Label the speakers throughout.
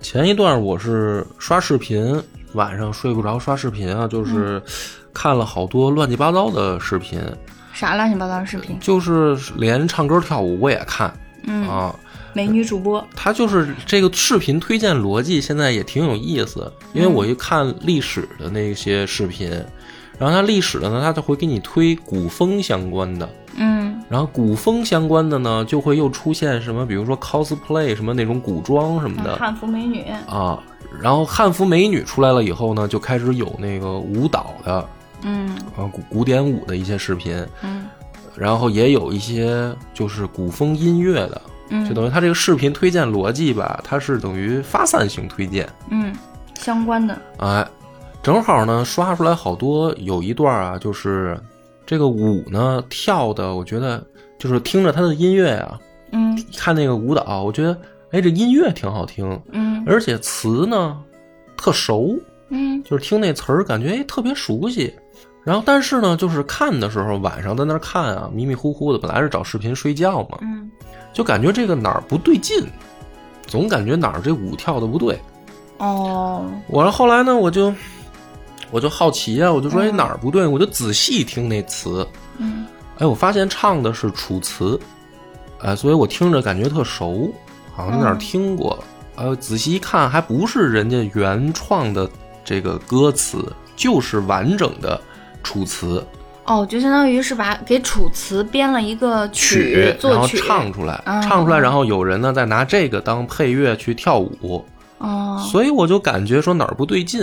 Speaker 1: 前一段我是刷视频，晚上睡不着刷视频啊，就是看了好多乱七八糟的视频，
Speaker 2: 啥乱七八糟的视频？
Speaker 1: 就是连唱歌跳舞我也看
Speaker 2: 嗯，
Speaker 1: 啊。
Speaker 2: 美女主播，
Speaker 1: 它就是这个视频推荐逻辑现在也挺有意思，因为我一看历史的那些视频，然后它历史的呢，它就会给你推古风相关的，
Speaker 2: 嗯
Speaker 1: 然后古风相关的呢，就会又出现什么，比如说 cosplay 什么那种古装什么的，
Speaker 2: 汉服美女，
Speaker 1: 啊，然后汉服美女出来了以后呢，就开始有那个舞蹈的
Speaker 2: 嗯
Speaker 1: 啊古古典舞的一些视频，
Speaker 2: 嗯
Speaker 1: 然后也有一些就是古风音乐的，就
Speaker 2: 嗯
Speaker 1: 等于它这个视频推荐逻辑吧，它是等于发散型推荐，
Speaker 2: 嗯，相关的，
Speaker 1: 哎，正好呢刷出来好多有一段啊，就是这个舞呢跳的，我觉得就是听着它的音乐啊，
Speaker 2: 嗯
Speaker 1: 看那个舞蹈，我觉得哎这音乐挺好听，
Speaker 2: 嗯
Speaker 1: 而且词呢特熟。
Speaker 2: 嗯
Speaker 1: 就是听那词儿感觉哎特别熟悉。然后但是呢，就是看的时候晚上在那儿看啊，迷迷糊糊的，本来是找视频睡觉嘛，
Speaker 2: 嗯
Speaker 1: 就感觉这个哪儿不对劲，总感觉哪儿这舞跳的不对。
Speaker 2: 哦，
Speaker 1: 我后来呢，我就我就好奇啊，我就说哎
Speaker 2: 嗯
Speaker 1: 哪儿不对，我就仔细听那词，
Speaker 2: 嗯
Speaker 1: 哎，我发现唱的是《楚辞》，哎，所以我听着感觉特熟，好像在哪儿
Speaker 2: 嗯
Speaker 1: 听过。呃，仔细一看，还不是人家原创的这个歌词，就是完整的《楚辞
Speaker 2: 哦，就相当于是把给《楚辞》编了一个》
Speaker 1: 然
Speaker 2: 作
Speaker 1: 后
Speaker 2: 曲，
Speaker 1: 唱出来，
Speaker 2: 嗯
Speaker 1: 唱出来，然后有人呢再拿这个当配乐去跳舞，
Speaker 2: 哦，
Speaker 1: 所以我就感觉说哪儿不对劲，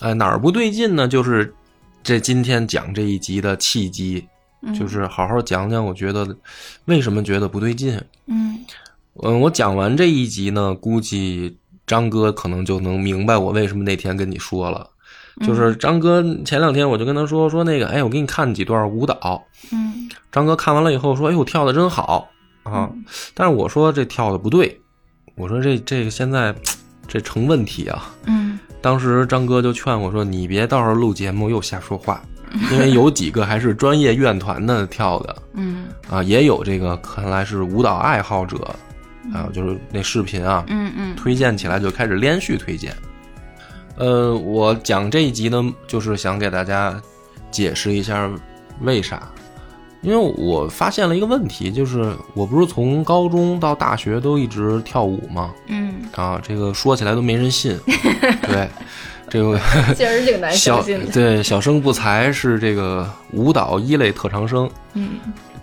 Speaker 1: 哎，哪儿不对劲呢？就是这今天讲这一集的契机，
Speaker 2: 嗯
Speaker 1: 就是好好讲讲，我觉得为什么觉得不对劲。
Speaker 2: 嗯
Speaker 1: 嗯，我讲完这一集呢，估计张哥可能就能明白我为什么那天跟你说了。就是张哥前两天我就跟他说说那个，哎，我给你看几段舞蹈。
Speaker 2: 嗯
Speaker 1: 张哥看完了以后说，哎呦，跳的真好啊！但是我说这跳的不对，我说这这个现在这成问题啊。
Speaker 2: 嗯
Speaker 1: 当时张哥就劝我说，你别到时候录节目又瞎说话，因为有几个还是专业院团的跳的。
Speaker 2: 嗯
Speaker 1: 啊，也有这个看来是舞蹈爱好者啊，就是那视频啊，
Speaker 2: 嗯嗯
Speaker 1: 推荐起来就开始连续推荐。呃，我讲这一集呢，就是想给大家解释一下为啥，因为我发现了一个问题，就是我不是从高中到大学都一直跳舞吗？
Speaker 2: 嗯，
Speaker 1: 啊，这个说起来都没人 信，对，这个
Speaker 2: 确实挺难
Speaker 1: 小，对小生不才是这个舞蹈一类特长生，
Speaker 2: 嗯，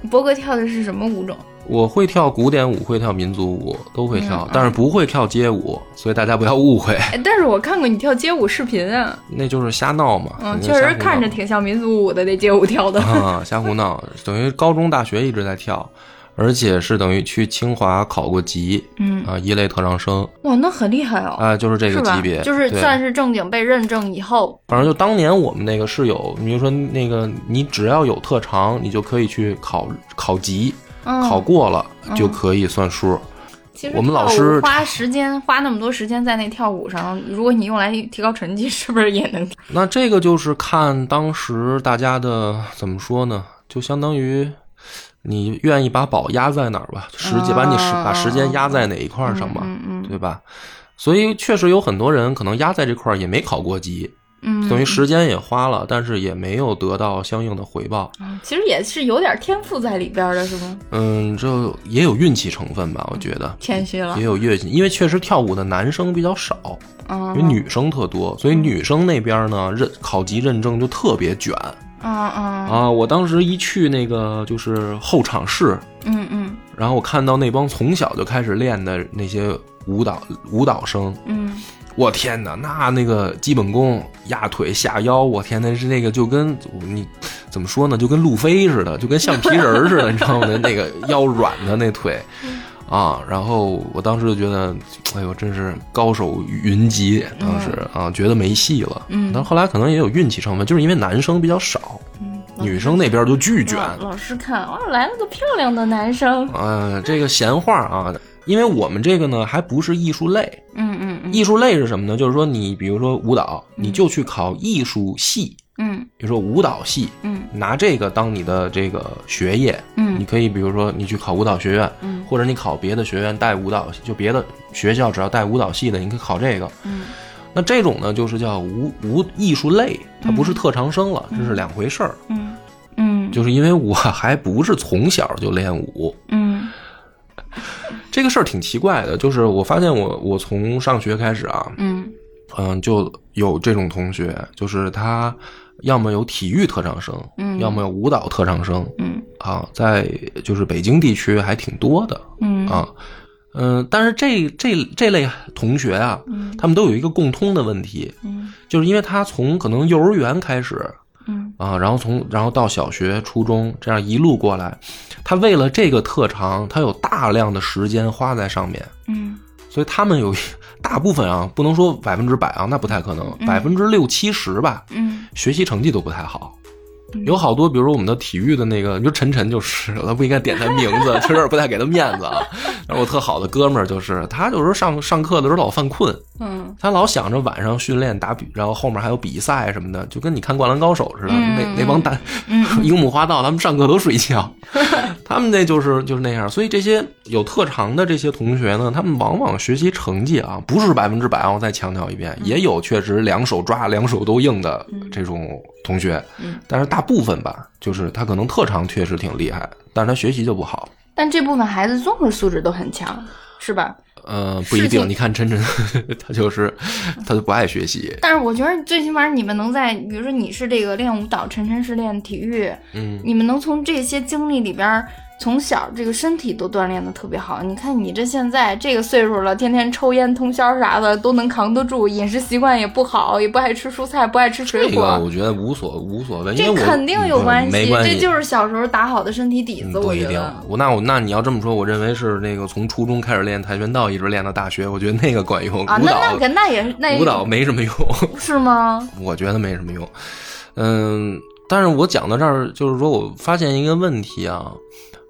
Speaker 2: 博哥跳的是什么舞种？
Speaker 1: 我会跳古典舞，会跳民族舞，都会跳
Speaker 2: 嗯，
Speaker 1: 但是不会跳街舞，所以大家不要误会，
Speaker 2: 哎，但是我看过你跳街舞视频啊，
Speaker 1: 那就是瞎闹嘛。
Speaker 2: 嗯，
Speaker 1: 肯定
Speaker 2: 确
Speaker 1: 瞎
Speaker 2: 实
Speaker 1: 胡闹
Speaker 2: 看着挺像民族舞的那街舞跳的。
Speaker 1: 啊，瞎胡闹，等于高中、大学一直在跳，而且是等于去清华考过级
Speaker 2: 嗯，
Speaker 1: 啊，一类特长生
Speaker 2: 哇，那很厉害哦，
Speaker 1: 啊，就是这个
Speaker 2: 是吧？
Speaker 1: 级别，
Speaker 2: 就是
Speaker 1: 对
Speaker 2: 算是正经被认证以后，
Speaker 1: 反正就当年我们那个是有，你比如说那个，你只要有特长，你就可以去考考级，
Speaker 2: 嗯，
Speaker 1: 考过了就可以算数。
Speaker 2: 其实
Speaker 1: 我们老
Speaker 2: 跳舞
Speaker 1: 师
Speaker 2: 花时间花那么多时间在那跳舞上，如果你用来提高成绩，是不是也能？
Speaker 1: 那这个就是看当时大家的怎么说呢，就相当于你愿意把宝压在哪儿吧，时间把你时把时间压在哪一块儿上吧，
Speaker 2: 啊嗯嗯
Speaker 1: 对吧？所以确实有很多人可能压在这块儿也没考过级，
Speaker 2: 嗯，
Speaker 1: 等于时间也花了，但是也没有得到相应的回报。
Speaker 2: 嗯其实也是有点天赋在里边的，是吗？
Speaker 1: 嗯，这也有运气成分吧，我觉得。
Speaker 2: 谦虚了
Speaker 1: 也，有乐器，因为确实跳舞的男生比较少，因
Speaker 2: 嗯
Speaker 1: 为女生特多，所以女生那边呢认考级认证就特别卷。
Speaker 2: 嗯嗯
Speaker 1: 啊，我当时一去那个就是候场室，
Speaker 2: 嗯嗯
Speaker 1: 然后我看到那帮从小就开始练的那些舞蹈舞蹈生，
Speaker 2: 嗯
Speaker 1: 我天哪，那那个基本功压腿下腰，我天那是那个就跟你怎么
Speaker 2: 嗯
Speaker 1: 说呢，就跟路飞似的，就跟橡皮人儿似的，你知道吗？那个腰软的那腿。啊，然后我当时就觉得，哎呦，真是高手云集，当时啊，觉得没戏了。
Speaker 2: 嗯
Speaker 1: 但后来可能也有运气成分，就是因为男生比较少，
Speaker 2: 嗯
Speaker 1: 女生那边就巨卷。
Speaker 2: 老老师看，哇，来了个漂亮的男生。
Speaker 1: 呃，这个闲话啊，因为我们这个呢还不是艺术类，
Speaker 2: 嗯嗯嗯
Speaker 1: 艺术类是什么呢？就是说你比如说舞蹈，你就去考艺术系，
Speaker 2: 嗯
Speaker 1: 比如说舞蹈系，
Speaker 2: 嗯
Speaker 1: 拿这个当你的这个学业，你
Speaker 2: 嗯
Speaker 1: 可以比如说你去考舞蹈学院，
Speaker 2: 嗯
Speaker 1: 或者你考别的学院带舞蹈，就别的学校只要带舞蹈系的，你可以考这个。
Speaker 2: 嗯
Speaker 1: 那这种呢，就是叫无无艺术类，它不是特长生了，这是两回事儿。
Speaker 2: 嗯嗯
Speaker 1: 就是因为我还不是从小就练舞，
Speaker 2: 嗯
Speaker 1: 这个事儿挺奇怪的。就是我发现我我从上学开始啊，
Speaker 2: 嗯
Speaker 1: 嗯，就有这种同学，就是他要么有体育特长生，
Speaker 2: 嗯
Speaker 1: 要么有舞蹈特长生
Speaker 2: 嗯
Speaker 1: 啊，在就是北京地区还挺多的。
Speaker 2: 嗯
Speaker 1: 啊，嗯、但是这这这类同学啊，
Speaker 2: 嗯
Speaker 1: 他们都有一个共通的问题，
Speaker 2: 嗯
Speaker 1: 就是因为他从可能幼儿园开始
Speaker 2: 嗯
Speaker 1: 啊，然后从然后到小学、初中这样一路过来，他为了这个特长，他有大量的时间花在上面，
Speaker 2: 嗯
Speaker 1: 所以他们有一大部分啊，不能说百分之百啊，那不太可能，百分之六七十吧，
Speaker 2: 嗯
Speaker 1: 学习成绩都不太好
Speaker 2: 嗯。
Speaker 1: 有好多，比如说我们的体育的那个，你说晨晨就是，他不应该点他名字，其实有点不太给他面子啊。然后我特好的哥们儿就是，他有时候上上课的时候老犯困，
Speaker 2: 嗯
Speaker 1: 他老想着晚上训练打比，然后后面还有比赛什么的，就跟你看《灌篮高手》似的，
Speaker 2: 嗯
Speaker 1: 那那帮大
Speaker 2: 嗯
Speaker 1: 樱木花道他们上课都睡 觉，他们那就是就是那样。所以这些有特长的这些同学呢，他们往往学习成绩啊不是百分之百啊，我再强调一
Speaker 2: 嗯
Speaker 1: 遍，也有确实两手抓两手都硬的这种同学，
Speaker 2: 嗯
Speaker 1: 但是大部分吧，就是他可能特长确实挺厉害，但是他学习就不好。
Speaker 2: 但这部分孩子综合素质都很强，是吧？
Speaker 1: 呃，不一
Speaker 2: 是就
Speaker 1: 定。你看晨晨， 他就是他就不爱学习，
Speaker 2: 但是我觉得最起码你们能在，比如说你是这个练舞蹈，晨晨是练体育，
Speaker 1: 嗯，
Speaker 2: 你们能从这些经历里边儿，从小这个身体都锻炼的特别好。你看你这现在这个岁数了，天天抽烟通宵啥的都能扛得住，饮食习惯也不好，也不爱吃蔬菜，不爱吃水
Speaker 1: 这个
Speaker 2: 果。
Speaker 1: 我觉得无所无所谓，因为
Speaker 2: 这
Speaker 1: 我
Speaker 2: 肯定有
Speaker 1: 嗯
Speaker 2: 关系，
Speaker 1: 没关系，
Speaker 2: 这就是小时候打好的身体底
Speaker 1: 嗯
Speaker 2: 子，
Speaker 1: 不
Speaker 2: 我
Speaker 1: 一
Speaker 2: 觉
Speaker 1: 定
Speaker 2: 得。。
Speaker 1: 我那我那你要这么说，我认为是那个从初中开始练跆拳道，一直练到大学，我觉得那个管用。
Speaker 2: 啊，
Speaker 1: 舞
Speaker 2: 那那
Speaker 1: 蹈
Speaker 2: 个那也是那
Speaker 1: 舞蹈没什么用，
Speaker 2: 是吗？
Speaker 1: 我觉得没什么用。嗯，但是我讲到这儿，就是说我发现一个问题啊，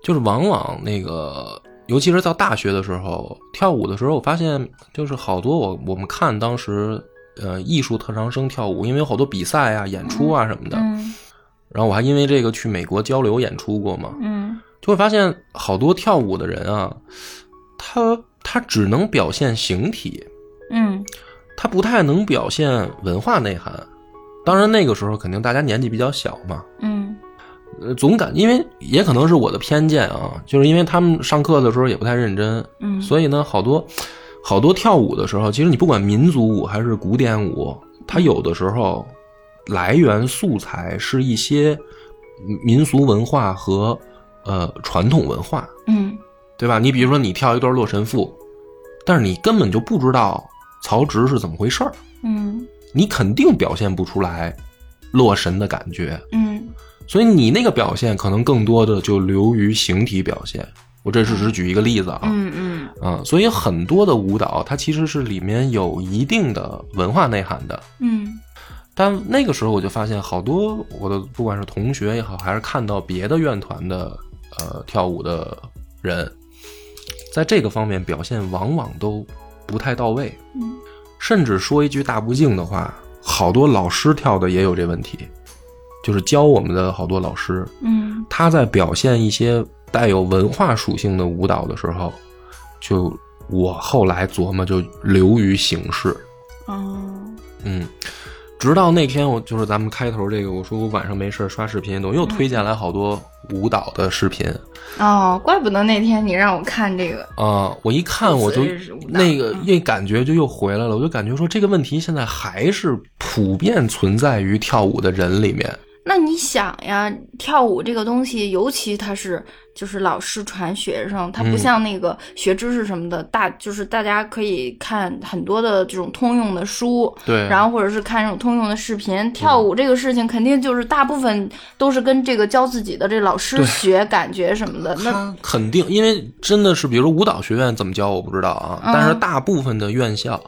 Speaker 1: 就是往往那个，尤其是到大学的时候，跳舞的时候，我发现就是好多我我们看当时。呃，艺术特长生跳舞，因为有好多比赛啊、演出啊什么的。
Speaker 2: 嗯
Speaker 1: 然后我还因为这个去美国交流演出过嘛。
Speaker 2: 嗯
Speaker 1: 就会发现好多跳舞的人啊，他他只能表现形体，
Speaker 2: 嗯
Speaker 1: 他不太能表现文化内涵。当然那个时候肯定大家年纪比较小嘛，
Speaker 2: 嗯
Speaker 1: 呃，总感因为也可能是我的偏见啊，就是因为他们上课的时候也不太认真，
Speaker 2: 嗯，
Speaker 1: 所以呢，好多好多跳舞的时候，其实你不管民族舞还是古典舞，它有的时候来源素材是一些民俗文化和呃传统文化，
Speaker 2: 嗯
Speaker 1: 对吧？你比如说你跳一段《洛神赋》，但是你根本就不知道曹植是怎么回事儿，
Speaker 2: 嗯
Speaker 1: 你肯定表现不出来洛神的感觉，
Speaker 2: 嗯
Speaker 1: 所以你那个表现可能更多的就流于形体表现。我这是只举一个例子啊，
Speaker 2: 嗯嗯
Speaker 1: 啊，所以很多的舞蹈它其实是里面有一定的文化内涵的。
Speaker 2: 嗯
Speaker 1: 但那个时候我就发现，好多我的不管是同学也好，还是看到别的院团的呃跳舞的人，在这个方面表现往往都不太到位，
Speaker 2: 嗯
Speaker 1: 甚至说一句大不敬的话，好多老师跳的也有这问题，就是教我们的好多老师，
Speaker 2: 嗯
Speaker 1: 他在表现一些带有文化属性的舞蹈的时候，就我后来琢磨就流于形式，
Speaker 2: 哦
Speaker 1: 嗯，直到那天我就是咱们开头这个，我说我晚上没事儿刷视频，我又推荐来好多舞蹈的视频
Speaker 2: 哦，怪不得那天你让我看这个，
Speaker 1: 啊、我一看我就
Speaker 2: 不只是舞蹈
Speaker 1: 那个
Speaker 2: 嗯
Speaker 1: 那感觉就又回来了，我就感觉说这个问题现在还是普遍存在于跳舞的人里面，
Speaker 2: 那你想呀，跳舞这个东西，尤其它是就是老师传学生，它不
Speaker 1: 嗯
Speaker 2: 像那个学知识什么的，大就是大家可以看很多的这种通用的书，
Speaker 1: 对，
Speaker 2: 然后或者是看这种通用的视频。跳舞这个事情，肯定就是大部分都是跟这个教自己的这老师
Speaker 1: 对
Speaker 2: 学感觉什么的。那
Speaker 1: 他肯定，因为真的是，比如说舞蹈学院怎么教我不知道啊，
Speaker 2: 嗯
Speaker 1: 但是大部分的院校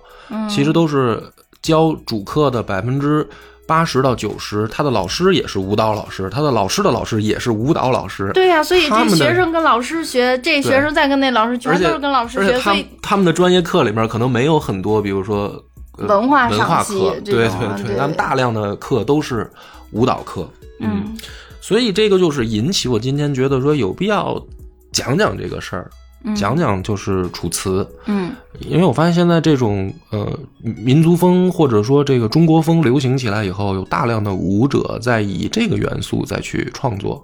Speaker 1: 其实都是教主课的百分之八十到九十，他的老师也是舞蹈老师，他的老师的老师也是舞蹈老师，
Speaker 2: 对呀、所以
Speaker 1: 他
Speaker 2: 这
Speaker 1: 们的
Speaker 2: 学生跟老师学，这学生再跟那老师，全
Speaker 1: 而且
Speaker 2: 都是跟老师
Speaker 1: 而且
Speaker 2: 学，
Speaker 1: 他
Speaker 2: 所
Speaker 1: 们
Speaker 2: 以
Speaker 1: 他们的专业课里面可能没有很多，比如说、呃
Speaker 2: 文化
Speaker 1: 文化
Speaker 2: 赏析
Speaker 1: 课，
Speaker 2: 这
Speaker 1: 对
Speaker 2: 种啊
Speaker 1: 对
Speaker 2: 对
Speaker 1: 他们大量的课都是舞蹈课，
Speaker 2: 嗯
Speaker 1: 所以这个就是引起我今天觉得说有必要讲讲这个事儿，
Speaker 2: 嗯
Speaker 1: 讲讲就是《楚辞》
Speaker 2: 嗯
Speaker 1: 因为我发现现在这种呃民族风或者说这个中国风流行起来以后，有大量的舞者在以这个元素再去创作。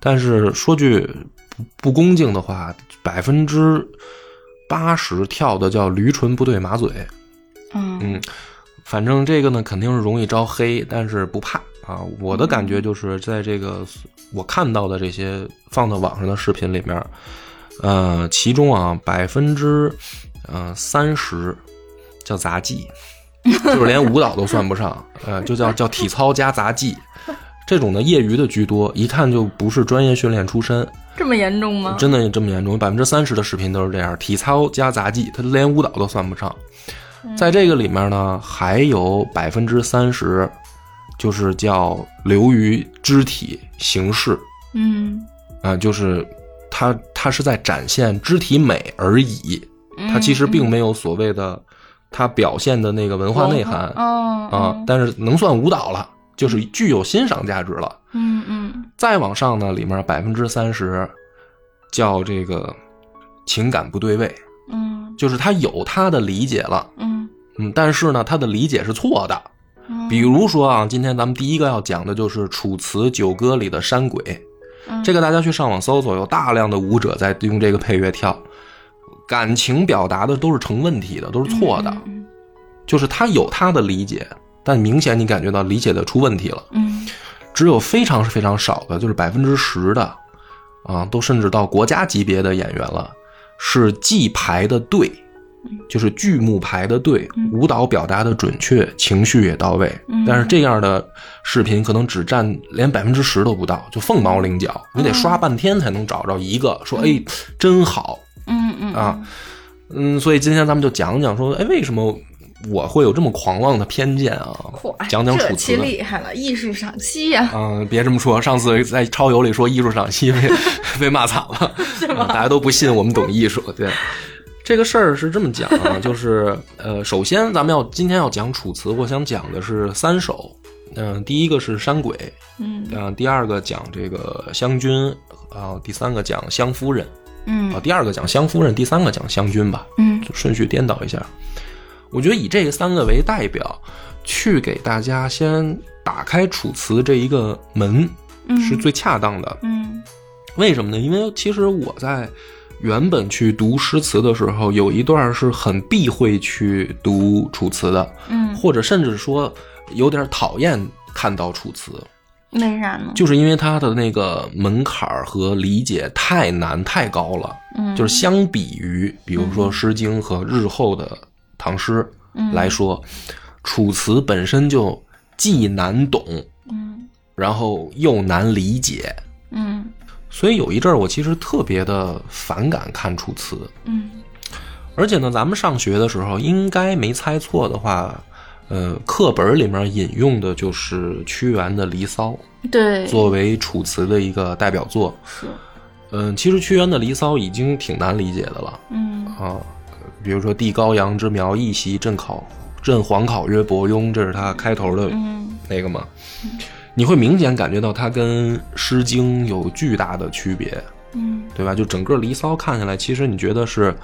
Speaker 1: 但是说句不不恭敬的话，百分之八十跳的叫驴唇不对马嘴，
Speaker 2: 嗯
Speaker 1: 嗯，反正这个呢肯定是容易招黑，但是不怕啊。我的感觉就是在这个我看到的这些放到网上的视频里面，呃，其中啊百分之呃三十叫杂技，就是连舞蹈都算不上，呃，就叫叫体操加杂技。这种的业余的居多，一看就不是专业训练出身，
Speaker 2: 这么严重吗？
Speaker 1: 真的这么严重？百分之三十的视频都是这样，体操加杂技，他连舞蹈都算不上。
Speaker 2: 嗯
Speaker 1: 在这个里面呢，还有百分之三十，就是叫流于肢体形式
Speaker 2: 嗯，
Speaker 1: 啊、就是它它是在展现肢体美而已，
Speaker 2: 嗯
Speaker 1: 它其实并没有所谓的它表现的那个文化内涵啊、
Speaker 2: 哦嗯
Speaker 1: 但是能算舞蹈了，就是具有欣赏价值了。
Speaker 2: 嗯嗯
Speaker 1: 再往上呢，里面百分之三十叫这个情感不对位，
Speaker 2: 嗯
Speaker 1: 就是他有他的理解了，
Speaker 2: 嗯
Speaker 1: 嗯，但是呢，他的理解是错的。
Speaker 2: 嗯，
Speaker 1: 比如说啊，今天咱们第一个要讲的就是《楚辞·九歌》里的山鬼，
Speaker 2: 嗯
Speaker 1: 这个大家去上网搜搜，有大量的舞者在用这个配乐跳，感情表达的都是成问题的，都是错的，
Speaker 2: 嗯
Speaker 1: 就是他有他的理解，但明显你感觉到理解的出问题了。
Speaker 2: 嗯
Speaker 1: 只有非常非常少的，就是百分之十的，啊，都甚至到国家级别的演员了，是记排的对，就是剧目排的对，舞蹈表达的准确，情绪也到位
Speaker 2: 嗯。
Speaker 1: 但是这样的视频可能只占连百分之十都不到，就凤毛麟角，
Speaker 2: 哦
Speaker 1: 你得刷半天才能找着一个说，哎，真好，
Speaker 2: 嗯嗯
Speaker 1: 啊，嗯，所以今天咱们就讲讲说，哎，为什么我会有这么狂妄的偏见啊？
Speaker 2: 嚯，哎
Speaker 1: 讲讲
Speaker 2: 这
Speaker 1: 楚
Speaker 2: 期
Speaker 1: 辞。
Speaker 2: 厉害了，艺术赏析呀，
Speaker 1: 嗯，别这么说。上次在超游里说艺术赏析被被骂惨了，嗯大家都不信我们懂艺术。对，这个事儿是这么讲啊，就是呃，首先咱们要今天要讲《楚辞》，我想讲的是三首。嗯、第一个是山鬼，
Speaker 2: 嗯
Speaker 1: 嗯、第二个讲这个湘君，啊、第三个讲湘夫人，啊、
Speaker 2: 嗯
Speaker 1: 第二个讲湘夫人，第三个讲湘君吧。
Speaker 2: 嗯
Speaker 1: 顺序颠倒一下。我觉得以这三个为代表，去给大家先打开《楚辞》这一个门
Speaker 2: 嗯
Speaker 1: 是最恰当的。
Speaker 2: 嗯
Speaker 1: 为什么呢？因为其实我在原本去读诗词的时候，有一段是很避讳去读《楚辞》的，
Speaker 2: 嗯，
Speaker 1: 或者甚至说有点讨厌看到《楚辞》，
Speaker 2: 为啥呢？
Speaker 1: 就是因为它的那个门槛儿和理解太难太高了。
Speaker 2: 嗯
Speaker 1: 就是相比于，比如说《诗经》和日后的唐诗
Speaker 2: 嗯
Speaker 1: 来说，楚辞》本身就既难懂，
Speaker 2: 嗯
Speaker 1: 然后又难理解，
Speaker 2: 嗯
Speaker 1: 所以有一阵儿我其实特别的反感看《楚辞》，
Speaker 2: 嗯
Speaker 1: 而且呢，咱们上学的时候应该没猜错的话。呃，课本里面引用的就是屈原的《离骚》，
Speaker 2: 对
Speaker 1: 作为《楚辞》的一个代表作。
Speaker 2: 是
Speaker 1: 嗯、其实屈原的《离骚》已经挺难理解的了，
Speaker 2: 嗯
Speaker 1: 啊，比如说“地高阳之苗裔兮，朕考朕皇考曰伯庸”，这是他开头的
Speaker 2: 嗯
Speaker 1: 那个嘛。你会明显感觉到它跟《诗经》有巨大的区别，
Speaker 2: 嗯
Speaker 1: 对吧？就整个《离骚》看下来，其实你觉得是，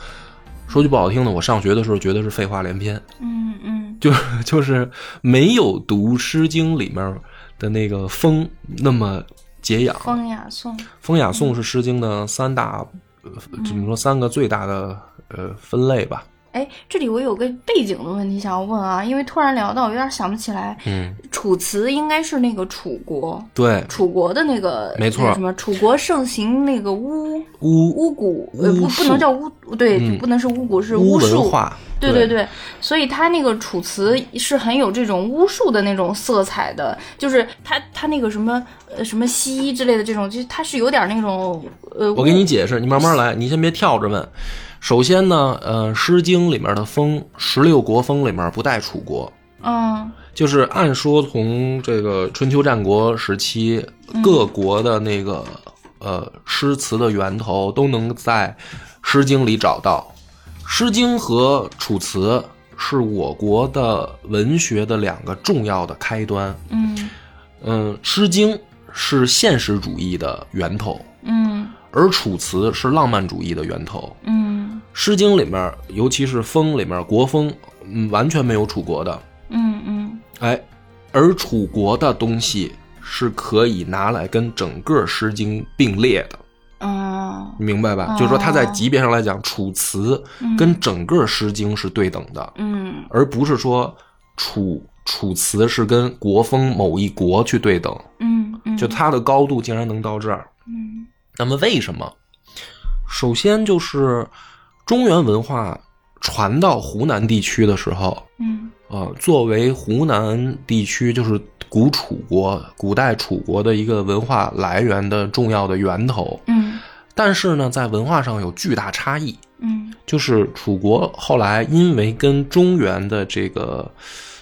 Speaker 1: 说句不好听的，我上学的时候觉得是废话连篇，
Speaker 2: 嗯嗯
Speaker 1: 就是就是没有读《诗经》里面的那个风那么解痒。
Speaker 2: 风雅颂
Speaker 1: 风雅颂是《诗经》的三大，呃怎么说三个最大的呃分类吧。
Speaker 2: 哎，这里我有个背景的问题想要问啊，因为突然聊到，我有点想不起来。
Speaker 1: 嗯，
Speaker 2: 楚辞应该是那个楚国，
Speaker 1: 对，
Speaker 2: 楚国的那个
Speaker 1: 没错
Speaker 2: 那个什么楚国盛行那个巫
Speaker 1: 巫
Speaker 2: 巫蛊，呃，
Speaker 1: 巫
Speaker 2: 不不
Speaker 1: 术
Speaker 2: 能叫巫，对，
Speaker 1: 嗯
Speaker 2: 不能是巫蛊，是
Speaker 1: 巫文
Speaker 2: 术。
Speaker 1: 化，
Speaker 2: 对
Speaker 1: 对
Speaker 2: 对对，所以他那个楚辞是很有这种巫术的那种色彩的，就是他他那个什么呃什么西医之类的这种，就是他是有点那种呃，
Speaker 1: 我给你解释，你慢慢来，你先别跳着问。首先呢，呃，《诗经》里面的风，十六国风里面不带楚国，
Speaker 2: 嗯
Speaker 1: 就是按说从这个春秋战国时期，各国的那个呃诗词的源头都能在《诗经》里找到，《诗经》和《楚辞》是我国的文学的两个重要的开端。
Speaker 2: 嗯
Speaker 1: 嗯，《诗经》是现实主义的源头，
Speaker 2: 嗯
Speaker 1: 而《楚辞》是浪漫主义的源头。
Speaker 2: 嗯
Speaker 1: 《诗经》里面，尤其是风里面，国风，嗯，完全没有楚国的。
Speaker 2: 嗯嗯
Speaker 1: 哎，而楚国的东西是可以拿来跟整个《诗经》并列的，
Speaker 2: 嗯
Speaker 1: 你明白吧？
Speaker 2: 哦
Speaker 1: 就是说，它在级别上来讲，《楚辞》跟整个《诗经》是对等的，
Speaker 2: 嗯
Speaker 1: 而不是说楚楚辞是跟国风某一国去对等，
Speaker 2: 嗯嗯，
Speaker 1: 就它的高度竟然能到这儿。
Speaker 2: 嗯
Speaker 1: 那么为什么？首先就是中原文化传到湖南地区的时候，
Speaker 2: 嗯
Speaker 1: 呃，作为湖南地区就是古楚国、古代楚国的一个文化来源的重要的源头，
Speaker 2: 嗯
Speaker 1: 但是呢，在文化上有巨大差异。
Speaker 2: 嗯
Speaker 1: 就是楚国后来因为跟中原的这个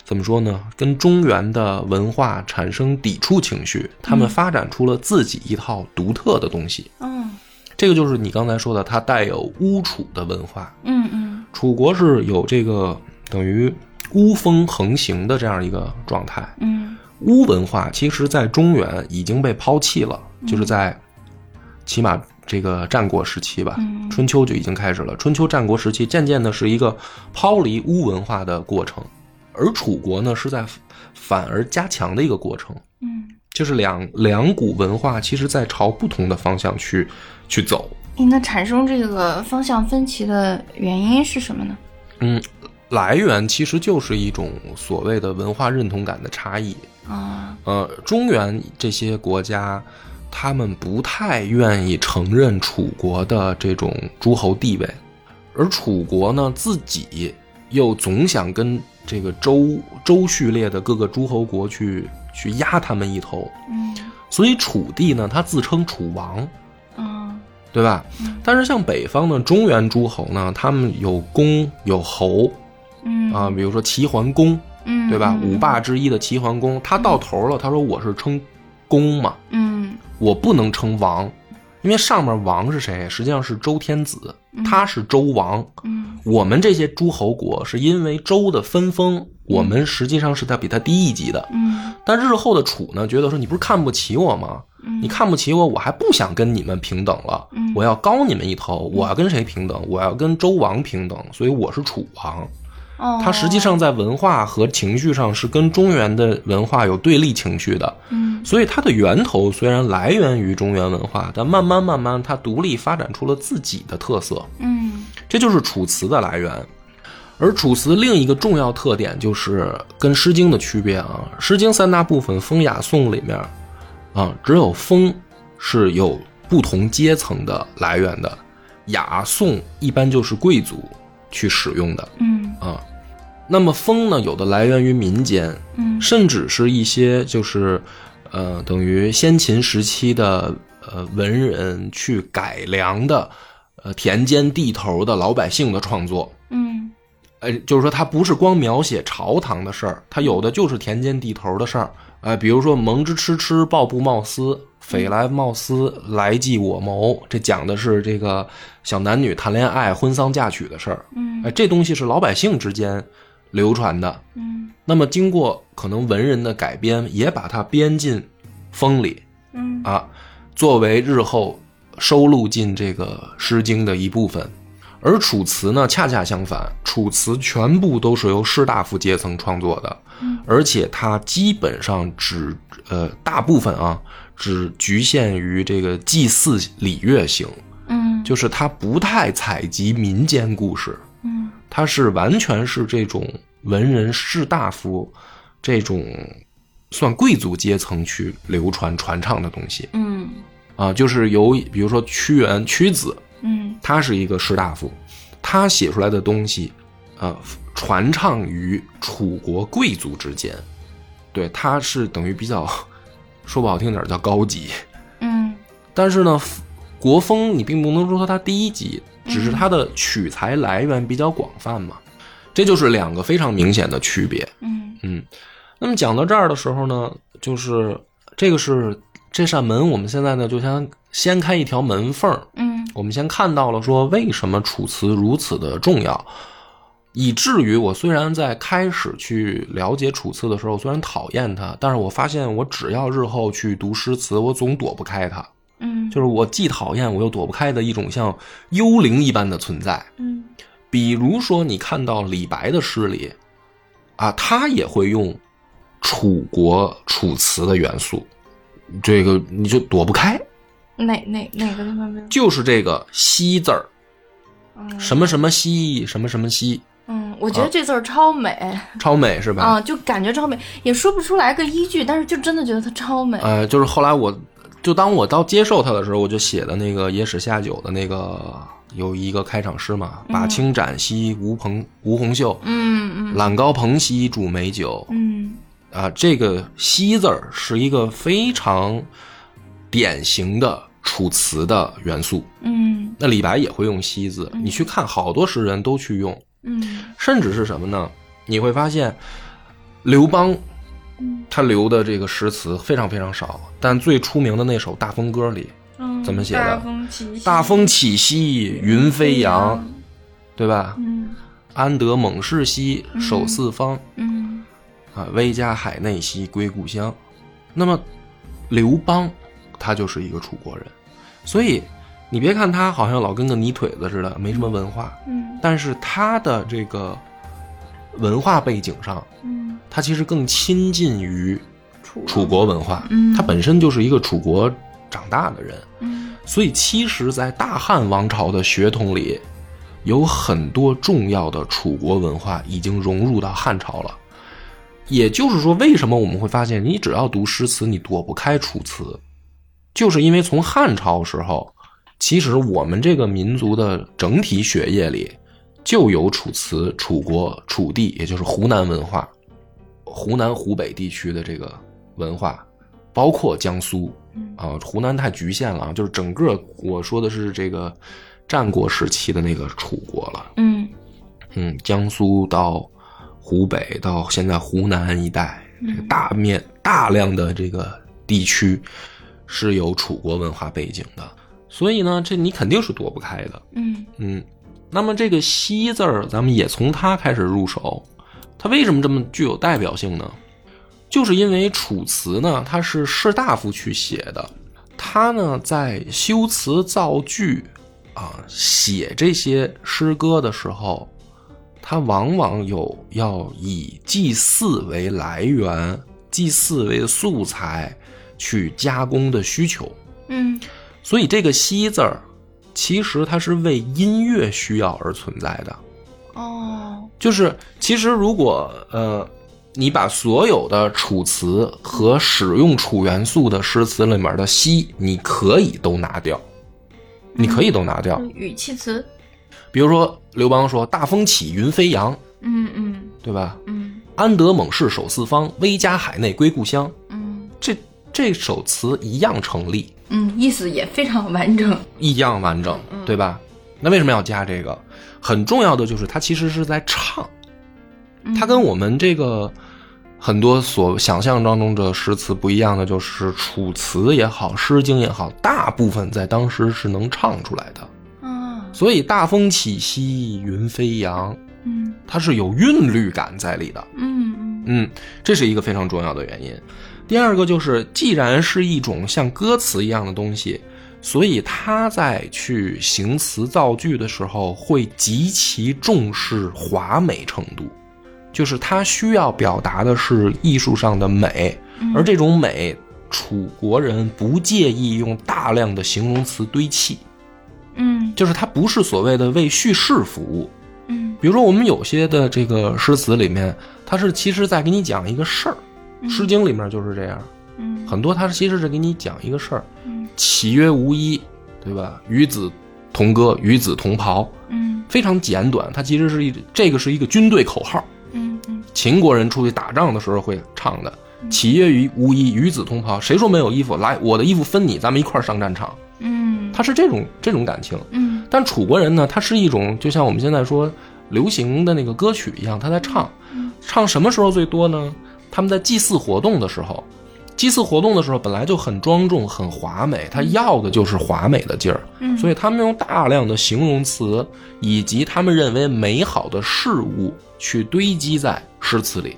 Speaker 1: 怎么说呢，跟中原的文化产生抵触情绪，他们
Speaker 2: 嗯
Speaker 1: 发展出了自己一套独特的东西。
Speaker 2: 嗯
Speaker 1: 这个就是你刚才说的，它带有巫楚的文化。
Speaker 2: 嗯
Speaker 1: 楚国是有这个等于巫风横行的这样一个状态。
Speaker 2: 嗯
Speaker 1: 巫文化其实在中原已经被抛弃了，就是在起码这个战国时期吧，
Speaker 2: 嗯
Speaker 1: 春秋就已经开始了。春秋战国时期渐渐的是一个抛离巫文化的过程，而楚国呢是在反而加强的一个过程。
Speaker 2: 嗯，
Speaker 1: 就是两两股文化，其实在朝不同的方向去去走。
Speaker 2: 诶那产生这个方向分歧的原因是什么呢？
Speaker 1: 嗯，来源其实就是一种所谓的文化认同感的差异。
Speaker 2: 啊
Speaker 1: 呃，中原这些国家，他们不太愿意承认楚国的这种诸侯地位，而楚国呢自己又总想跟这个周周序列的各个诸侯国去去压他们一头，
Speaker 2: 嗯
Speaker 1: 所以楚地呢，他自称楚王。
Speaker 2: 嗯
Speaker 1: 对吧
Speaker 2: 嗯？
Speaker 1: 但是像北方的中原诸侯呢，他们有公有侯
Speaker 2: 嗯
Speaker 1: 啊、比如说齐桓公，
Speaker 2: 嗯
Speaker 1: 对吧？
Speaker 2: 嗯
Speaker 1: 五霸之一的齐桓公，他到头了，他说我是称公嘛，
Speaker 2: 嗯
Speaker 1: 我不能称王，因为上面王是谁？实际上是周天子，他是周王。
Speaker 2: 嗯
Speaker 1: 我们这些诸侯国是因为周的分封，我们实际上是他比他低一级的。
Speaker 2: 嗯
Speaker 1: 但日后的楚呢，觉得说你不是看不起我吗？
Speaker 2: 嗯
Speaker 1: 你看不起我，我还不想跟你们平等了，
Speaker 2: 嗯
Speaker 1: 我要高你们一头，我要跟谁平等？我要跟周王平等，所以我是楚王。
Speaker 2: 哦，
Speaker 1: 它实际上在文化和情绪上是跟中原的文化有对立情绪的，
Speaker 2: 嗯
Speaker 1: 所以它的源头虽然来源于中原文化，但慢慢慢慢它独立发展出了自己的特色，
Speaker 2: 嗯
Speaker 1: 这就是楚辞的来源。而楚辞另一个重要特点就是跟《诗经》的区别啊，《诗经》三大部分《风雅颂》里面，啊，只有风是有不同阶层的来源的，雅颂一般就是贵族去使用的，
Speaker 2: 嗯
Speaker 1: 啊。那么风呢，有的来源于民间，
Speaker 2: 嗯
Speaker 1: 甚至是一些就是，呃，等于先秦时期的呃文人去改良的，呃田间地头的老百姓的创作。
Speaker 2: 嗯
Speaker 1: 呃，就是说它不是光描写朝堂的事儿，它有的就是田间地头的事儿。呃，比如说“蒙之痴痴，豹不貌思，匪来貌思，来计我谋”，这讲的是这个小男女谈恋爱、婚丧嫁娶的事儿。
Speaker 2: 嗯
Speaker 1: 哎，这东西是老百姓之间流传的。
Speaker 2: 嗯
Speaker 1: 那么经过可能文人的改编，也把它编进风里
Speaker 2: 嗯
Speaker 1: 啊，作为日后收录进这个《诗经》的一部分。而《楚辞》呢，恰恰相反，《楚辞》全部都是由士大夫阶层创作的
Speaker 2: 嗯，
Speaker 1: 而且它基本上只呃大部分啊，只局限于这个祭祀礼乐型，
Speaker 2: 嗯
Speaker 1: 就是它不太采集民间故事。
Speaker 2: 嗯
Speaker 1: 他是完全是这种文人士大夫这种算贵族阶层去流传传唱的东西
Speaker 2: 嗯
Speaker 1: 啊，就是由比如说屈原屈子，
Speaker 2: 嗯
Speaker 1: 他是一个士大夫，他写出来的东西，呃，传唱于楚国贵族之间，对，他是等于比较说不好听点儿叫高级，
Speaker 2: 嗯
Speaker 1: 但是呢，国风你并不能说它低级，只是它的取材来源比较广泛嘛，这就是两个非常明显的区别。
Speaker 2: 嗯
Speaker 1: 嗯，那么讲到这儿的时候呢，就是这个是这扇门，我们现在呢就先掀开一条门缝儿，
Speaker 2: 嗯
Speaker 1: 我们先看到了说为什么楚辞如此的重要，以至于我虽然在开始去了解楚辞的时候，虽然讨厌它，但是我发现我只要日后去读诗词，我总躲不开它，
Speaker 2: 嗯，
Speaker 1: 就是我既讨厌我又躲不开的一种像幽灵一般的存在。
Speaker 2: 嗯
Speaker 1: 比如说，你看到李白的诗里，啊，他也会用楚国楚辞的元素，这个你就躲不开，
Speaker 2: 哪哪哪个地方没有？
Speaker 1: 就是这个“西”字儿，
Speaker 2: 嗯
Speaker 1: 什么什么西，什么什么西，
Speaker 2: 嗯，我
Speaker 1: 啊
Speaker 2: 觉得这字儿超美
Speaker 1: 超美是吧？
Speaker 2: 啊，就感觉超美，也说不出来个依据，但是就真的觉得它超美。
Speaker 1: 呃，就是后来我就当我到接受他的时候，我就写的那个《野史下酒》的那个有一个开场诗嘛，“
Speaker 2: 嗯
Speaker 1: 把青展兮吴朋吴红袖，
Speaker 2: 嗯嗯
Speaker 1: 揽高朋兮煮美酒。”
Speaker 2: 嗯
Speaker 1: 啊，这个“西”字儿是一个非常典型的楚辞的元素。
Speaker 2: 嗯
Speaker 1: 那李白也会用“西”字，你去看，好多诗人都去用，
Speaker 2: 嗯
Speaker 1: 甚至是什么呢？你会发现，刘邦
Speaker 2: 嗯
Speaker 1: 他留的这个诗词非常非常少，但最出名的那首《大风歌》里，
Speaker 2: 嗯，
Speaker 1: 怎么写的
Speaker 2: 大风起兮，
Speaker 1: 大风起兮云飞扬，对吧？
Speaker 2: 嗯
Speaker 1: 安得猛士兮守四方。
Speaker 2: 嗯
Speaker 1: 啊，威加海内兮归故乡。那么，刘邦他就是一个楚国人，所以你别看他好像老跟个泥腿子似的，没什么文化，
Speaker 2: 嗯
Speaker 1: 但是他的这个文化背景上，
Speaker 2: 嗯，
Speaker 1: 他其实更亲近于
Speaker 2: 楚
Speaker 1: 楚国文化
Speaker 2: 嗯。
Speaker 1: 他本身就是一个楚国长大的人，
Speaker 2: 嗯
Speaker 1: 所以其实，在大汉王朝的血统里，有很多重要的楚国文化已经融入到汉朝了。也就是说，为什么我们会发现，你只要读诗词，你躲不开楚辞，就是因为从汉朝时候，其实我们这个民族的整体血液里就有楚辞、楚国、楚地，也就是湖南文化，湖南湖北地区的这个文化，包括江苏，
Speaker 2: 嗯
Speaker 1: 啊，湖南太局限了啊，就是整个我说的是这个战国时期的那个楚国了，
Speaker 2: 嗯
Speaker 1: 嗯，江苏到湖北到现在湖南一带，这
Speaker 2: 嗯
Speaker 1: 个大面大量的这个地区是有楚国文化背景的，所以呢，这你肯定是躲不开的，
Speaker 2: 嗯
Speaker 1: 嗯，那么这个“西”字儿，咱们也从它开始入手。它为什么这么具有代表性呢？就是因为《楚辞》呢，它是士大夫去写的，他呢在修辞造句啊，写这些诗歌的时候，他往往有要以祭祀为来源、祭祀为素材去加工的需求。
Speaker 2: 嗯
Speaker 1: 所以这个“西”字儿，其实它是为音乐需要而存在的。
Speaker 2: 哦
Speaker 1: 就是其实如果呃，你把所有的楚辞和使用楚元素的诗词里面的“西”，你可以都拿掉，你可以都拿掉。
Speaker 2: 语气词，
Speaker 1: 比如说刘邦说“大风起，云飞扬
Speaker 2: 嗯嗯”，
Speaker 1: 对吧？
Speaker 2: 嗯
Speaker 1: 安得猛士守四方，威加海内归故乡。
Speaker 2: 嗯
Speaker 1: 这这首词一样成立。
Speaker 2: 嗯，意思也非常完整。
Speaker 1: 一样完整，对吧？那为什么要加这个？很重要的就是它其实是在唱，
Speaker 2: 嗯
Speaker 1: 它跟我们这个很多所想象当中的诗词不一样的，就是《楚辞》也好，《诗经》也好，大部分在当时是能唱出来的。
Speaker 2: 啊，
Speaker 1: 所以“大风起兮云飞扬
Speaker 2: 嗯”
Speaker 1: 它是有韵律感在里的。
Speaker 2: 嗯
Speaker 1: 嗯，这是一个非常重要的原因。第二个就是，既然是一种像歌词一样的东西，所以他在去行词造句的时候，会极其重视华美程度，就是他需要表达的是艺术上的美，
Speaker 2: 嗯，
Speaker 1: 而这种美，楚国人不介意用大量的形容词堆砌，
Speaker 2: 嗯
Speaker 1: 就是它不是所谓的为叙事服务，
Speaker 2: 嗯
Speaker 1: 比如说我们有些的这个诗词里面，它是其实在给你讲一个事儿，诗经》里面就是这样，
Speaker 2: 嗯
Speaker 1: 很多它其实是给你讲一个事儿
Speaker 2: 嗯。
Speaker 1: 岂曰无衣，对吧？与子同歌，与子同袍，
Speaker 2: 嗯
Speaker 1: 非常简短。它其实是一这个是一个军队口号，
Speaker 2: 嗯嗯
Speaker 1: 秦国人出去打仗的时候会唱的。岂曰于无衣，与子同袍。谁说没有衣服？来，我的衣服分你，咱们一块儿上战场。
Speaker 2: 嗯
Speaker 1: 它是这种这种感情。
Speaker 2: 嗯
Speaker 1: 但楚国人呢，他是一种就像我们现在说流行的那个歌曲一样，他在唱，唱什么时候最多呢？他们在祭祀活动的时候，祭祀活动的时候本来就很庄重、很华美，他要的就是华美的劲儿，
Speaker 2: 嗯
Speaker 1: 所以他们用大量的形容词以及他们认为美好的事物去堆积在诗词里。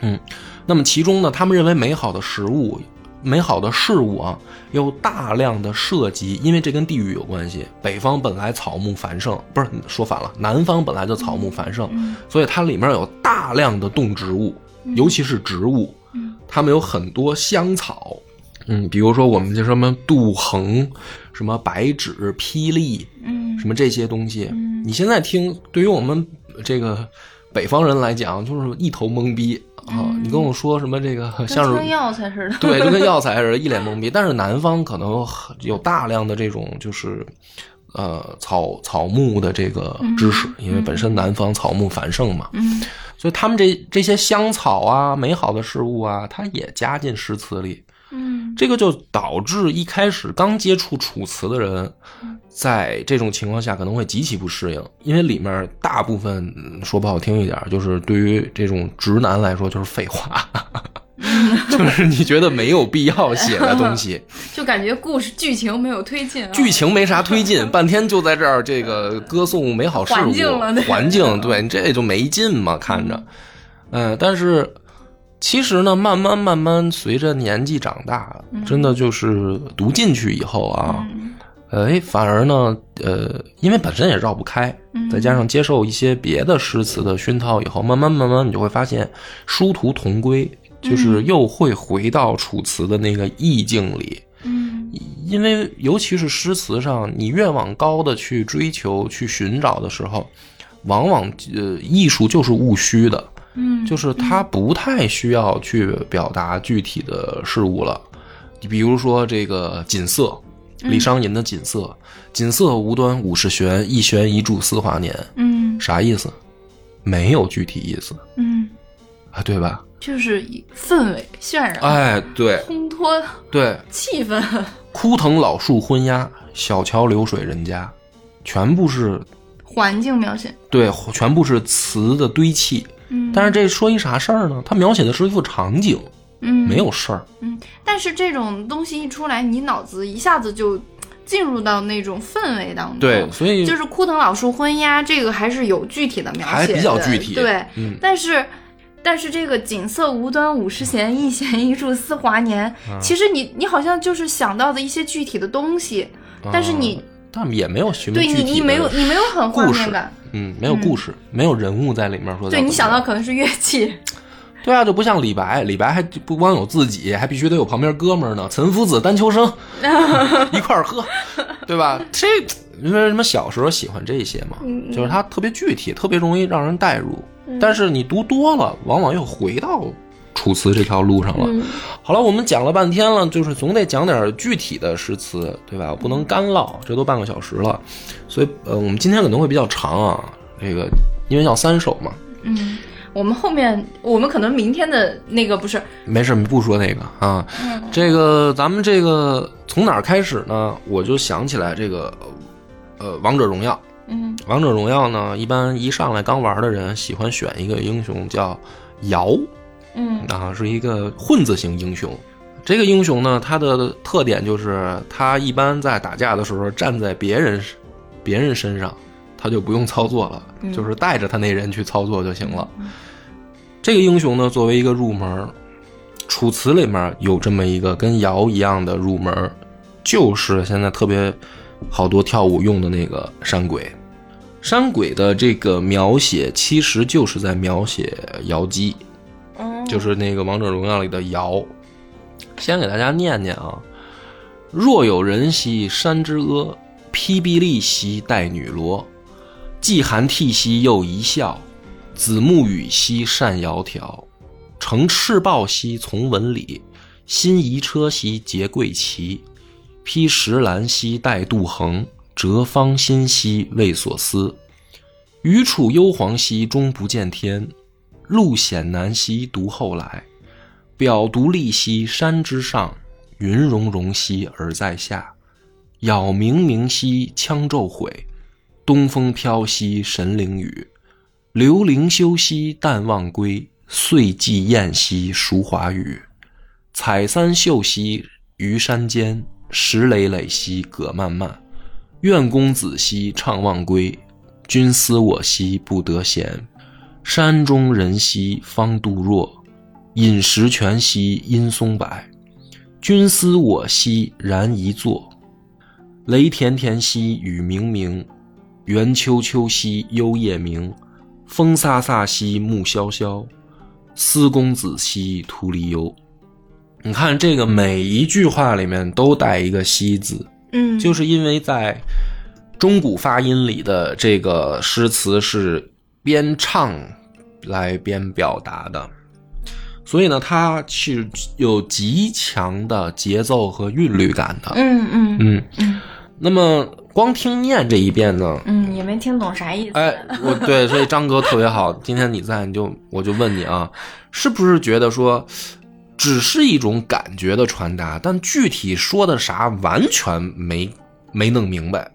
Speaker 1: 嗯，那么其中呢，他们认为美好的食物、美好的事物啊，有大量的涉及，因为这跟地域有关系。北方本来草木繁盛，不是说反了，南方本来就草木繁盛，
Speaker 2: 嗯
Speaker 1: 所以它里面有大量的动植物，尤其是植物
Speaker 2: 嗯，
Speaker 1: 它们有很多香草。嗯，比如说我们就什么杜衡、什么白芷、霹雳，
Speaker 2: 嗯
Speaker 1: 什么这些东西
Speaker 2: 嗯，
Speaker 1: 你现在听，对于我们这个北方人来讲，就是一头懵逼啊！
Speaker 2: 嗯
Speaker 1: 你跟我说什么这个像
Speaker 2: 跟
Speaker 1: 是
Speaker 2: 春药 才似的，
Speaker 1: 对，就跟药材似的，一脸懵逼。但是南方可能很有大量的这种就是。呃，草草木的这个知识，因为本身南方草木繁盛嘛，
Speaker 2: 嗯
Speaker 1: 所以他们这这些香草啊、美好的事物啊，它也加进诗词里。
Speaker 2: 嗯
Speaker 1: 这个就导致一开始刚接触楚辞的人，在这种情况下可能会极其不适应，因为里面大部分嗯说不好听一点，就是对于这种直男来说就是废话， 就是你觉得没有必要写的东西，
Speaker 2: 就感觉故事剧情没有推进啊，
Speaker 1: 剧情没啥推进，半天就在这儿这个歌颂美好事物，
Speaker 2: 嗯环境了对
Speaker 1: 环境对你这就没劲嘛，看着，嗯、但是其实呢，慢慢慢慢随着年纪长大，真的就是读进去以后啊，
Speaker 2: 嗯
Speaker 1: 哎，反而呢，呃，因为本身也绕不开，
Speaker 2: 嗯
Speaker 1: 再加上接受一些别的诗词的熏陶以后，慢慢慢慢你就会发现殊途同归，就是又会回到楚辞的那个意境里。
Speaker 2: 嗯
Speaker 1: 因为尤其是诗词上，你越往高的去追求、去寻找的时候，往往呃，艺术就是务虚的，
Speaker 2: 嗯
Speaker 1: 就是它不太需要去表达具体的事物了。你比如说这个锦瑟，李商隐的《锦瑟》，锦瑟无端五十弦，一弦一柱思华年，
Speaker 2: 嗯
Speaker 1: 啥意思？没有具体意思
Speaker 2: 嗯，
Speaker 1: 啊，对吧？
Speaker 2: 就是以氛围渲染，
Speaker 1: 哎，对
Speaker 2: 烘托
Speaker 1: 对，
Speaker 2: 气氛，
Speaker 1: 枯藤老树昏鸦，小桥流水人家，全部是
Speaker 2: 环境描写，
Speaker 1: 对，全部是词的堆砌。
Speaker 2: 嗯，
Speaker 1: 但是这说一啥事儿呢？它描写的是一幅场景，
Speaker 2: 嗯
Speaker 1: 没有事儿。
Speaker 2: 嗯，但是这种东西一出来，你脑子一下子就进入到那种氛围当中。
Speaker 1: 对，啊所以
Speaker 2: 就是枯藤老树昏鸦，这个还是有具体的描写的，
Speaker 1: 还比较具体
Speaker 2: 对，
Speaker 1: 嗯
Speaker 2: 但是。但是这个锦瑟无端五十弦，一弦一柱思华年。
Speaker 1: 啊
Speaker 2: 其实你你好像就是想到的一些具体的东西，
Speaker 1: 啊
Speaker 2: 但是你
Speaker 1: 但也没有寻
Speaker 2: 对你你没有你没有很画
Speaker 1: 故
Speaker 2: 面
Speaker 1: 事
Speaker 2: 感，
Speaker 1: 嗯，没有故事，没有人物在里面说。
Speaker 2: 对你想到可能是乐器，
Speaker 1: 对啊，就不像李白，李白还不光有自己，还必须得有旁边哥们儿呢。岑夫子、丹丘生一块儿喝，对吧？这因为什么？小时候喜欢这些嘛，就是它特别具体，特别容易让人代入。但是你读多了，往往又回到楚辞这条路上了。好了，我们讲了半天了，就是总得讲点具体的诗词，对吧？我不能干唠，这都半个小时了，所以呃，我们今天可能会比较长啊。这个因为要三首嘛，
Speaker 2: 嗯，我们后面我们可能明天的那个不是，
Speaker 1: 没事，不说那个啊。这个咱们这个从哪儿开始呢？我就想起来这个，呃，王者荣耀。
Speaker 2: 嗯
Speaker 1: 王者荣耀呢，一般一上来刚玩的人喜欢选一个英雄叫瑶
Speaker 2: 嗯
Speaker 1: 啊，是一个混子型英雄。这个英雄呢，他的特点就是他一般在打架的时候站在别人别人身上，他就不用操作了，
Speaker 2: 嗯
Speaker 1: 就是带着他那人去操作就行了。这个英雄呢，作为一个入门儿，楚辞里面有这么一个跟尧一样的入门儿，就是现在特别好多跳舞用的那个山鬼。山鬼的这个描写，其实就是在描写瑶姬，
Speaker 2: 嗯，
Speaker 1: 就是那个《王者荣耀》里的瑶。先给大家念念啊：若有人兮山之阿，披壁立兮带女罗。既含涕兮又一笑，子木语兮善窈窕。乘赤豹兮从文理，新移车兮结桂旗。披石兰兮带杜衡，折芳心兮为所思。余处幽篁兮终不见天，路险难兮独后来。表独立兮山之上，云容容兮尔在下。杳冥冥兮羌骤悔，东风飘兮神灵雨。流灵修兮淡忘归，岁既雁兮孰华语。采三秀兮于山间，石累累兮葛漫漫。愿公子兮怅忘归，君思我兮不得闲。山中人兮方度弱，饮食全兮因松柏。君思我兮然一坐，雷田田兮雨冥冥，猿丘丘兮幽夜明。风飒飒兮木萧萧，思公子兮徒离忧。你看这个每一句话里面都带一个“兮”字，
Speaker 2: 嗯，
Speaker 1: 就是因为在中古发音里的这个诗词是边唱来边表达的，所以呢，它是有极强的节奏和韵律感的。
Speaker 2: 嗯嗯
Speaker 1: 嗯，
Speaker 2: 嗯
Speaker 1: 那么光听念这一遍呢，
Speaker 2: 嗯，也没听懂啥意思。
Speaker 1: 哎，我对，所以张哥特别好。今天你在，你就我就问你啊，是不是觉得说，只是一种感觉的传达，但具体说的啥完全没没弄明白？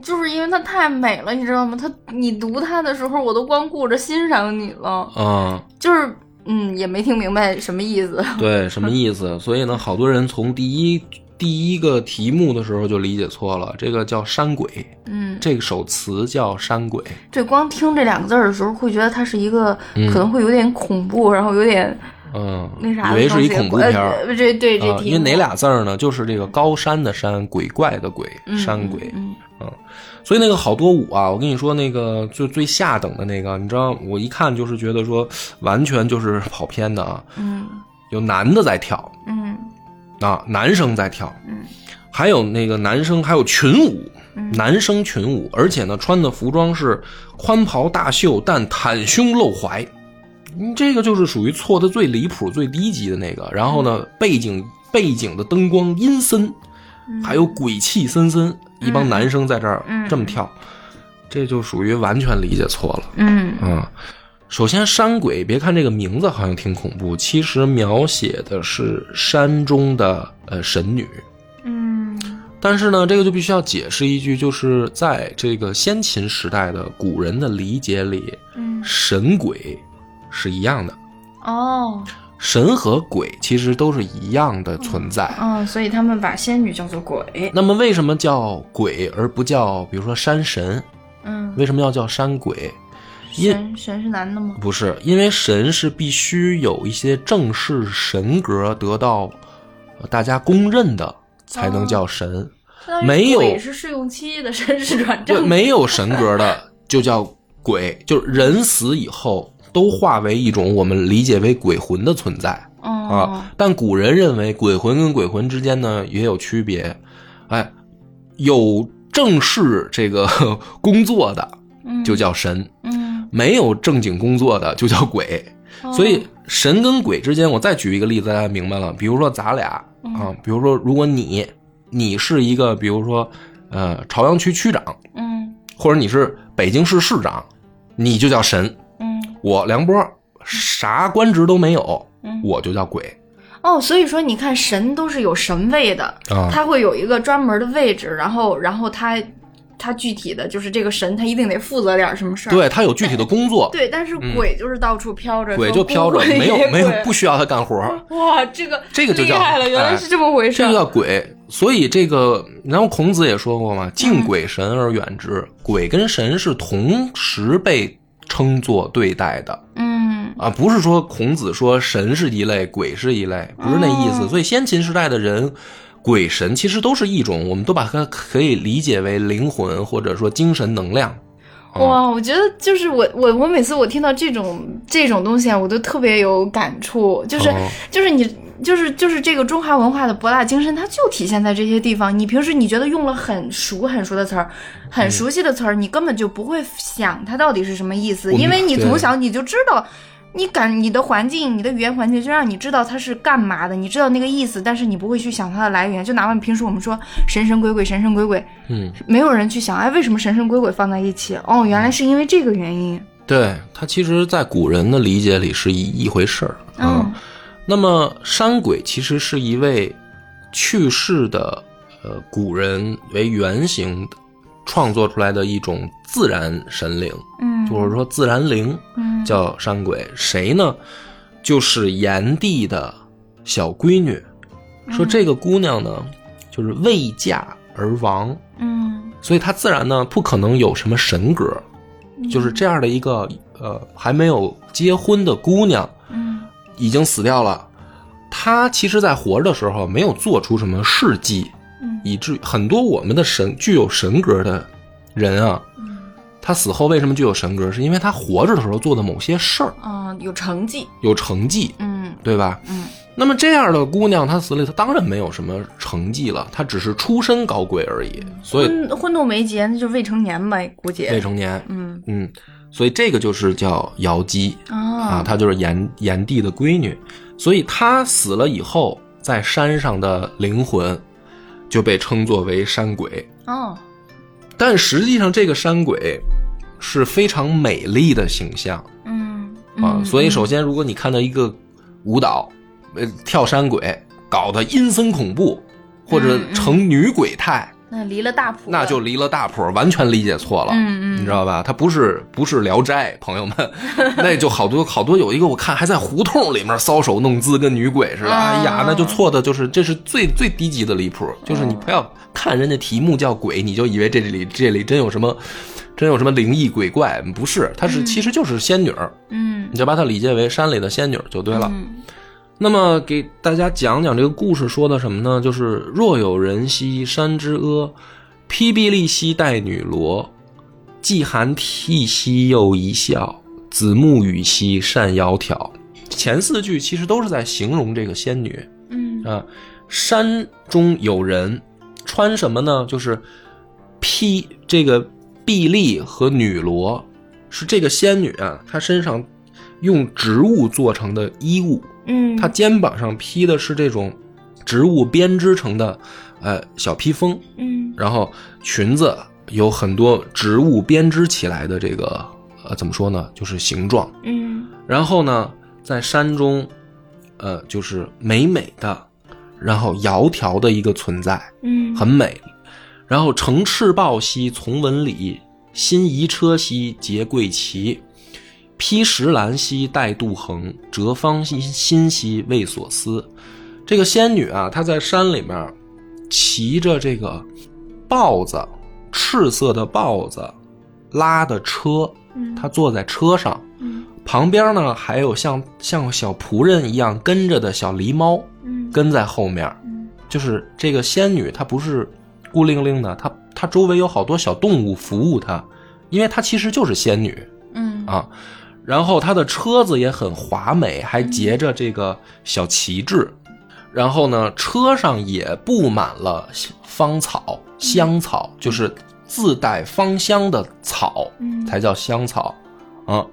Speaker 2: 就是因为它太美了，你知道吗？它你读它的时候，我都光顾着欣赏你了，
Speaker 1: 嗯，
Speaker 2: 就是嗯，也没听明白什么意思。
Speaker 1: 对，什么意思？所以呢，好多人从第一第一个题目的时候就理解错了，这个叫山鬼，
Speaker 2: 嗯，
Speaker 1: 这个首词叫山鬼。
Speaker 2: 这光听这两个字儿的时候，会觉得它是一个、可能会有点恐怖，然后有点
Speaker 1: 嗯，
Speaker 2: 那啥
Speaker 1: 以
Speaker 2: 的
Speaker 1: 为
Speaker 2: 东
Speaker 1: 是一
Speaker 2: 西。
Speaker 1: 恐怖
Speaker 2: 呃
Speaker 1: 片儿。
Speaker 2: 呃这对这
Speaker 1: 啊，
Speaker 2: 题
Speaker 1: 因
Speaker 2: 目、
Speaker 1: 为哪俩字儿呢？就是这个高山的山，鬼怪的鬼，
Speaker 2: 嗯
Speaker 1: 山鬼。
Speaker 2: 嗯
Speaker 1: 所以那个好多舞啊，我跟你说，那个就最下等的那个，你知道，我一看就是觉得说，完全就是跑偏的啊。
Speaker 2: 嗯
Speaker 1: 有男的在跳
Speaker 2: 嗯
Speaker 1: 啊，男生在跳，
Speaker 2: 嗯，
Speaker 1: 还有那个男生还有群舞，
Speaker 2: 嗯
Speaker 1: 男生群舞，而且呢，穿的服装是宽袍大袖，但袒胸露怀。你这个就是属于错的最离谱、最低级的那个。然后呢，背景背景的灯光阴森，
Speaker 2: 嗯，
Speaker 1: 还有鬼气森森，一帮男生在这儿
Speaker 2: 嗯
Speaker 1: 这么跳，这就属于完全理解错了
Speaker 2: 嗯
Speaker 1: 啊、首先，山鬼，别看这个名字好像挺恐怖，其实描写的是山中的呃神女。
Speaker 2: 嗯
Speaker 1: 但是呢，这个就必须要解释一句，就是在这个先秦时代的古人的理解里，
Speaker 2: 嗯
Speaker 1: 神鬼是一样的，
Speaker 2: 哦
Speaker 1: 神和鬼其实都是一样的存在。
Speaker 2: 哦，所以他们把仙女叫做鬼。
Speaker 1: 那么为什么叫鬼而不叫，比如说山神？
Speaker 2: 嗯，
Speaker 1: 为什么要叫山鬼？因
Speaker 2: 神神是男的吗？
Speaker 1: 不是因为神是必须有一些正式神格得到呃大家公认的，才能叫神。
Speaker 2: 相当于
Speaker 1: 没有
Speaker 2: 鬼是试用期的绅士转
Speaker 1: 对，
Speaker 2: 正。
Speaker 1: 没有神格的就叫鬼，就是人死以后都化为一种我们理解为鬼魂的存在
Speaker 2: 哦
Speaker 1: 啊。但古人认为鬼魂跟鬼魂之间呢也有区别，哎，有正式这个工作的
Speaker 2: 嗯
Speaker 1: 就叫神，
Speaker 2: 嗯，
Speaker 1: 没有正经工作的就叫鬼。
Speaker 2: 哦
Speaker 1: 所以神跟鬼之间，我再举一个例子，大家明白了。比如说咱俩
Speaker 2: 嗯
Speaker 1: 啊，比如说如果你你是一个，比如说呃朝阳区区长，
Speaker 2: 嗯
Speaker 1: 或者你是北京市市长，你就叫神。
Speaker 2: 嗯
Speaker 1: 我梁波啥官职都没有，
Speaker 2: 嗯，
Speaker 1: 我就叫鬼
Speaker 2: 哦，所以说你看神都是有神位的，
Speaker 1: 啊。
Speaker 2: 他会有一个专门的位置，然后然后他他具体的就是这个神，他一定得负责点什么事儿。
Speaker 1: 对他有具体的工作，
Speaker 2: 对，但是鬼就是到处飘着，
Speaker 1: 鬼
Speaker 2: 说
Speaker 1: 就飘着，
Speaker 2: 孤魂
Speaker 1: 没有
Speaker 2: 野
Speaker 1: 没有
Speaker 2: 鬼
Speaker 1: 不需要他干活儿，
Speaker 2: 哇，这个
Speaker 1: 这个就
Speaker 2: 厉
Speaker 1: 叫
Speaker 2: 害了，原来
Speaker 1: 哎
Speaker 2: 是这么回事
Speaker 1: 这
Speaker 2: 儿。
Speaker 1: 个叫鬼。所以这个，然后孔子也说过嘛，敬鬼神而远之，鬼跟神是同时被称作对待的。
Speaker 2: 嗯
Speaker 1: 啊，不是说孔子说神是一类，鬼是一类，不是那意思。
Speaker 2: 哦
Speaker 1: 所以先秦时代的人，鬼神其实都是一种，我们都把它可以理解为灵魂或者说精神能量。啊
Speaker 2: 哇，我觉得就是我我我每次我听到这种这种东西啊，我都特别有感触，就是、
Speaker 1: 哦
Speaker 2: 就是你。就是就是这个中华文化的博大精深，它就体现在这些地方。你平时你觉得用了很熟很熟的词儿，
Speaker 1: 嗯
Speaker 2: 很熟悉的词儿，你根本就不会想它到底是什么意思，
Speaker 1: 我们
Speaker 2: 因为你
Speaker 1: 嗯对
Speaker 2: 从小你就知道，你感你的环境、你的语言环境就让你知道它是干嘛的，你知道那个意思，但是你不会去想它的来源。就哪怕平时我们说神神鬼鬼、神神鬼鬼，
Speaker 1: 嗯，
Speaker 2: 没有人去想，哎，为什么神神鬼鬼放在一起？哦，原来是因为这个原因。
Speaker 1: 对，它其实，在古人的理解里是一一回事儿啊。
Speaker 2: 嗯
Speaker 1: 那么山鬼其实是一位去世的呃古人为原型创作出来的一种自然神灵，
Speaker 2: 嗯，
Speaker 1: 或者说自然灵，
Speaker 2: 嗯
Speaker 1: 叫山鬼。谁呢？就是炎帝的小闺女。说
Speaker 2: 嗯
Speaker 1: 这个姑娘呢，就是未嫁而亡，
Speaker 2: 嗯
Speaker 1: 所以她自然呢不可能有什么神格，就是这样的一个呃还没有结婚的姑娘，
Speaker 2: 嗯
Speaker 1: 已经死掉了。他其实，在活着的时候没有做出什么事迹，
Speaker 2: 嗯
Speaker 1: 以至于很多我们的神具有神格的人啊，他死后为什么具有神格？是因为他活着的时候做的某些事儿
Speaker 2: 啊、有成绩。
Speaker 1: 有成绩，
Speaker 2: 嗯
Speaker 1: 对吧？
Speaker 2: 嗯
Speaker 1: 那么这样的姑娘，她死了，她当然没有什么成绩了，她只是出身高贵而已，所以
Speaker 2: 婚婚弄没结，那就未成年呗，估计。
Speaker 1: 未成年，
Speaker 2: 嗯
Speaker 1: 嗯，所以这个就是叫瑶姬，啊，
Speaker 2: 啊
Speaker 1: 她就是炎炎帝的闺女，所以她死了以后，在山上的灵魂就被称作为山鬼。
Speaker 2: 哦
Speaker 1: 但实际上，这个山鬼是非常美丽的形象
Speaker 2: 嗯
Speaker 1: 啊。
Speaker 2: 嗯
Speaker 1: 所以，首先，如果你看到一个舞蹈，呃，跳山鬼搞得阴森恐怖，或者
Speaker 2: 嗯嗯
Speaker 1: 成女鬼态，
Speaker 2: 那离了大谱了，
Speaker 1: 那就离了大谱，完全理解错了。
Speaker 2: 嗯嗯
Speaker 1: 你知道吧？它不是不是《聊斋》，朋友 们，那就好多好多有一个我看还在胡同里面搔首弄姿，跟女鬼似的。
Speaker 2: 啊嗯
Speaker 1: 哎呀，那就错的就是这是最最低级的离谱，就是你不要看人家题目叫鬼，你就以为这里这里真有什么真有什么灵异鬼怪，不是，它是
Speaker 2: 嗯
Speaker 1: 其实就是仙女儿，
Speaker 2: 嗯
Speaker 1: 你就把它理解为山里的仙女儿就对了。
Speaker 2: 嗯
Speaker 1: 那么给大家讲讲这个故事说的什么呢？就是若有人兮山之阿，披壁立兮带女罗，既含涕兮又一笑，子木语兮善窈窕。前四句其实都是在形容这个仙女
Speaker 2: 嗯
Speaker 1: 啊。山中有人，穿什么呢？就是披这个碧丽和女罗，是这个仙女啊，她身上用植物做成的衣物。
Speaker 2: 嗯，
Speaker 1: 它肩膀上披的是这种植物编织成的呃小披风，
Speaker 2: 嗯
Speaker 1: 然后裙子有很多植物编织起来的这个呃怎么说呢，就是形状。
Speaker 2: 嗯
Speaker 1: 然后呢，在山中，呃，就是美美的，然后窈窕的一个存在，
Speaker 2: 嗯，
Speaker 1: 很美。然后乘赤豹兮，从文里；新移车兮，结桂旗；披石兰兮，带杜衡；折芳心心兮，为所思。这个仙女啊，她在山里面骑着这个豹子，赤色的豹子拉的车，
Speaker 2: 嗯
Speaker 1: 她坐在车上，
Speaker 2: 嗯
Speaker 1: 旁边呢还有像像小仆人一样跟着的小狸猫
Speaker 2: 嗯
Speaker 1: 跟在后面。
Speaker 2: 嗯
Speaker 1: 就是这个仙女她不是孤零零的，她她周围有好多小动物服务她，因为她其实就是仙女
Speaker 2: 嗯
Speaker 1: 啊。然后她的车子也很华美，还结着这个小旗帜。然后呢，车上也布满了芳草、香草，就是自带芳香的草。
Speaker 2: 嗯
Speaker 1: 才叫香草啊。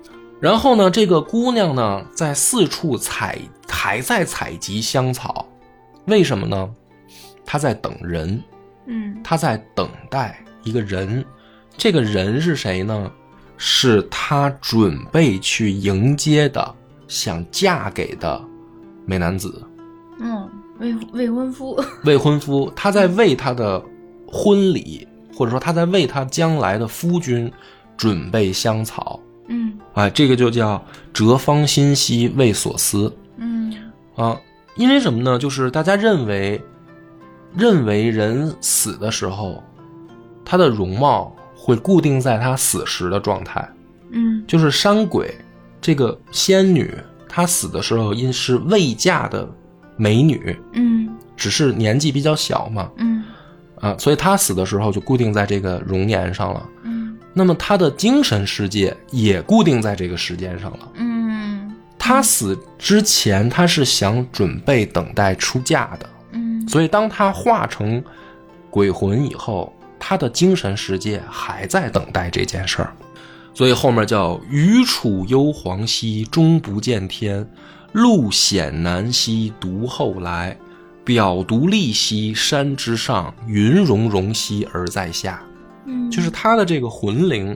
Speaker 1: 然后呢，这个姑娘呢，在四处采，还在采集香草，为什么呢？她在等人，
Speaker 2: 嗯
Speaker 1: 她在等待一个人。这个人是谁呢？是她准备去迎接的，想嫁给的美男子。
Speaker 2: 嗯未未婚夫，
Speaker 1: 未婚夫，他在为他的婚礼，或者说他在为他将来的夫君准备香草。
Speaker 2: 嗯
Speaker 1: 啊，这个就叫折芳心兮为所思
Speaker 2: 嗯
Speaker 1: 啊。因为什么呢？就是大家认为，认为人死的时候，他的容貌会固定在他死时的状态。
Speaker 2: 嗯
Speaker 1: 就是山鬼这个仙女，她死的时候因是未嫁的美女，
Speaker 2: 嗯
Speaker 1: 只是年纪比较小嘛，
Speaker 2: 嗯
Speaker 1: 啊，所以她死的时候就固定在这个容颜上了。
Speaker 2: 嗯
Speaker 1: 那么他的精神世界也固定在这个时间上了。
Speaker 2: 嗯
Speaker 1: 他死之前，他是想准备等待出嫁的，
Speaker 2: 嗯
Speaker 1: 所以当他化成鬼魂以后，他的精神世界还在等待这件事儿。所以后面叫“余处幽篁兮，终不见天；路险难兮，独后来。表独立兮，山之上；云溶溶兮，而在下。”
Speaker 2: 嗯，
Speaker 1: 就是他的这个魂灵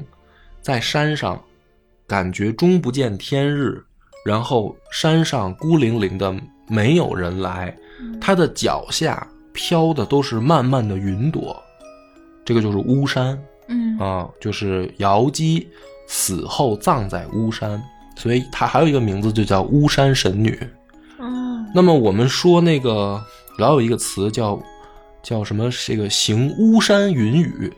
Speaker 1: 在山上，感觉终不见天日，然后山上孤零零的，没有人来，他的脚下飘的都是漫漫的云朵，这个就是巫山
Speaker 2: 嗯
Speaker 1: 啊，就是瑶姬死后葬在巫山，所以她还有一个名字就叫巫山神女。
Speaker 2: 嗯
Speaker 1: 那么我们说那个老有一个词叫叫什么？这个行巫山云雨，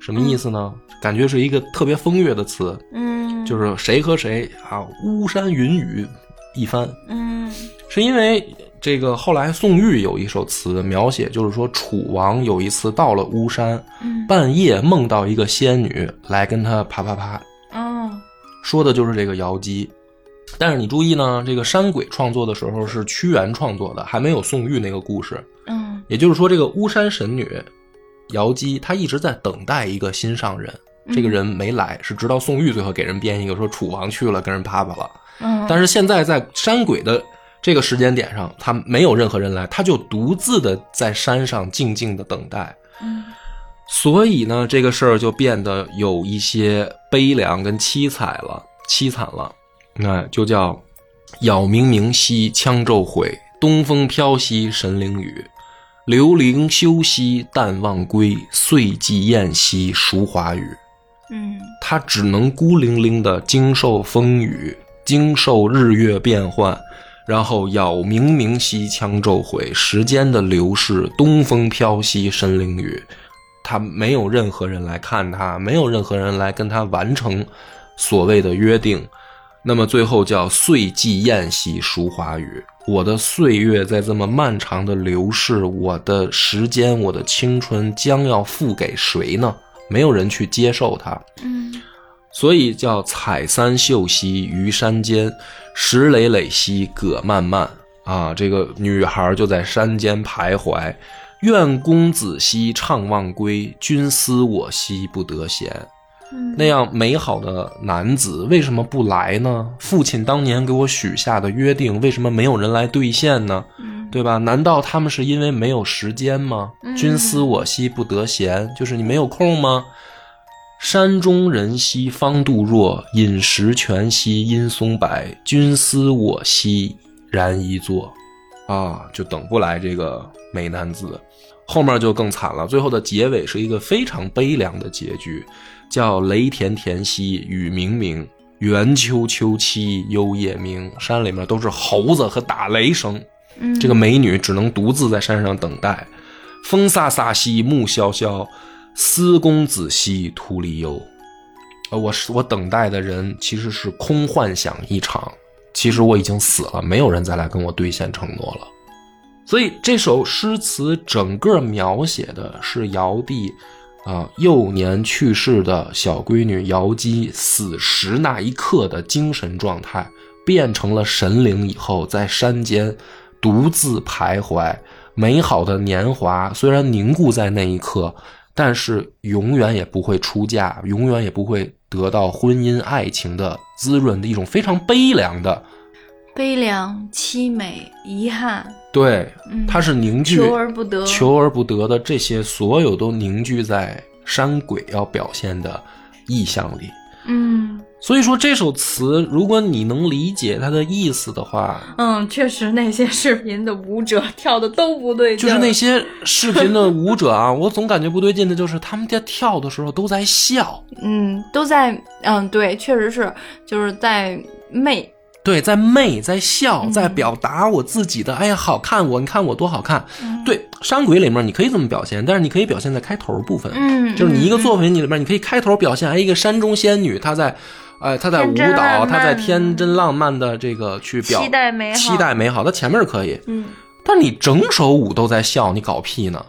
Speaker 1: 什么意思呢？感觉是一个特别风月的词，
Speaker 2: 嗯，
Speaker 1: 就是谁和谁啊，巫山云雨一番。
Speaker 2: 嗯
Speaker 1: 是因为这个后来宋玉有一首词描写，就是说楚王有一次到了巫山，
Speaker 2: 嗯
Speaker 1: 半夜梦到一个仙女来跟他啪啪啪，
Speaker 2: 嗯
Speaker 1: 说的就是这个瑶姬。但是你注意呢，这个山鬼创作的时候是屈原创作的，还没有宋玉那个故事。
Speaker 2: 嗯
Speaker 1: 也就是说，这个巫山神女瑶姬，她一直在等待一个心上人，这个人没来，是直到宋玉最后给人编一个说楚王去了，跟人啪啪了。
Speaker 2: 嗯，
Speaker 1: 但是现在在山鬼的这个时间点上，他没有任何人来，他就独自的在山上静静的等待。
Speaker 2: 嗯
Speaker 1: 所以呢，这个事儿就变得有一些悲凉跟凄惨了，凄惨了。那就叫“杳冥冥兮羌骤悔，东风飘兮神灵雨。流灵修兮淡忘归，岁既晏兮孰华与。”
Speaker 2: 嗯
Speaker 1: 他只能孤零零的经受风雨，经受日月变幻，然后杳冥冥兮羌骤悔，时间的流逝，东风飘兮身凌雨。他没有任何人来看他，没有任何人来跟他完成所谓的约定。那么最后叫岁既晏兮孰华与？我的岁月在这么漫长的流逝，我的时间，我的青春将要付给谁呢？没有人去接受它。
Speaker 2: 嗯
Speaker 1: 所以叫采三秀兮于山间，石磊磊兮葛漫漫啊。这个女孩就在山间徘徊，愿公子兮怅望归，君思我兮不得闲。
Speaker 2: 嗯
Speaker 1: 那样美好的男子为什么不来呢？父亲当年给我许下的约定，为什么没有人来兑现呢？
Speaker 2: 嗯
Speaker 1: 对吧？难道他们是因为没有时间吗？
Speaker 2: 嗯
Speaker 1: 君思我兮不得闲，就是你没有空吗？山中人兮方度若，饮食全兮因松柏。君思我兮然一坐，啊，就等不来这个美男子。后面就更惨了，最后的结尾是一个非常悲凉的结局，叫雷田田兮雨冥冥，猿丘丘兮幽夜明。山里面都是猴子和打雷声，
Speaker 2: 嗯
Speaker 1: 这个美女只能独自在山上等待。风飒飒兮木萧萧，思公子兮徒离忧。呃，我是我等待的人其实是空幻想一场，其实我已经死了，没有人再来跟我兑现承诺了。所以这首诗词整个描写的是尧帝啊、幼年去世的小闺女瑶姬死时那一刻的精神状态，变成了神灵以后，在山间独自徘徊。美好的年华虽然凝固在那一刻，但是永远也不会出嫁，永远也不会得到婚姻爱情的滋润的一种非常悲凉的，
Speaker 2: 悲凉、凄美、遗憾，
Speaker 1: 对，
Speaker 2: 嗯，
Speaker 1: 它是凝聚
Speaker 2: 求而不得，
Speaker 1: 求而不得的这些，所有都凝聚在山鬼要表现的意象里。
Speaker 2: 嗯
Speaker 1: 所以说这首词，如果你能理解它的意思的话，
Speaker 2: 嗯，确实那些视频的舞者 跳的都不对
Speaker 1: 就
Speaker 2: 劲
Speaker 1: 是
Speaker 2: 儿，
Speaker 1: 那些视频的舞者啊，我总感觉不对劲的就是他们在跳的时候都在笑，
Speaker 2: 嗯，都在嗯，对，确实是就是在媚，
Speaker 1: 对，在媚，在笑，
Speaker 2: 嗯
Speaker 1: 在表达我自己的，哎呀，好看我，你看我多好看。
Speaker 2: 嗯，
Speaker 1: 对，山鬼里面你可以这么表现，但是你可以表现在开头部分，
Speaker 2: 嗯，
Speaker 1: 就是你一个
Speaker 2: 嗯
Speaker 1: 作品里面，你可以开头表现，哎，一个山中仙女，她在，哎，她在舞
Speaker 2: 天真
Speaker 1: 蹈，
Speaker 2: 烂漫嗯
Speaker 1: 她在天真浪漫的这个去表
Speaker 2: 期待美好，
Speaker 1: 期待，美好，她前面可以，
Speaker 2: 嗯
Speaker 1: 但你整首舞都在笑，你搞 屁呢？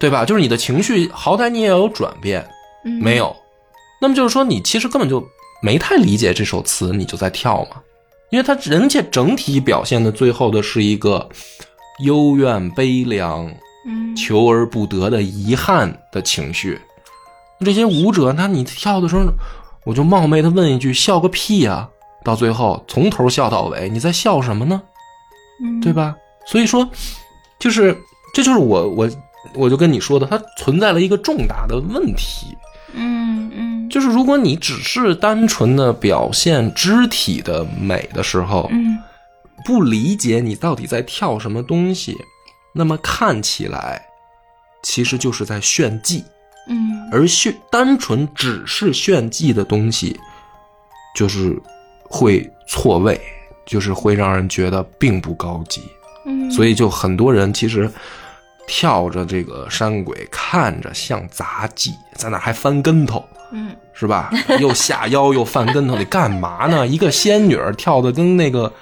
Speaker 1: 对吧？就是你的情绪，好歹你也有转变，
Speaker 2: 嗯，
Speaker 1: 没有，那么就是说，你其实根本就没太理解这首词，你就在跳嘛，因为它人家整体表现的最后的是一个幽怨悲凉、
Speaker 2: 嗯，
Speaker 1: 求而不得的遗憾的情绪。这些舞者，那你跳的时候，我就冒昧的问一句，笑个屁呀、到最后从头笑到尾，你在笑什么呢？
Speaker 2: 嗯
Speaker 1: 对？吧？所以说，就是这就是我我我就跟你说的，它存在了一个重大的问题，
Speaker 2: 嗯嗯
Speaker 1: 就是如果你只是单纯的表现肢体的美的时候，
Speaker 2: 嗯
Speaker 1: 不理解你到底在跳什么东西，那么看起来其实就是在炫技，
Speaker 2: 嗯，
Speaker 1: 而炫单纯只是炫技的东西，就是会错位，就是会让人觉得并不高级。
Speaker 2: 嗯
Speaker 1: 所以就很多人其实跳着这个山鬼，看着像杂技，在那儿还翻跟头，
Speaker 2: 嗯
Speaker 1: 是吧？又下腰又翻跟头，你干嘛呢？一个仙女儿跳的跟那个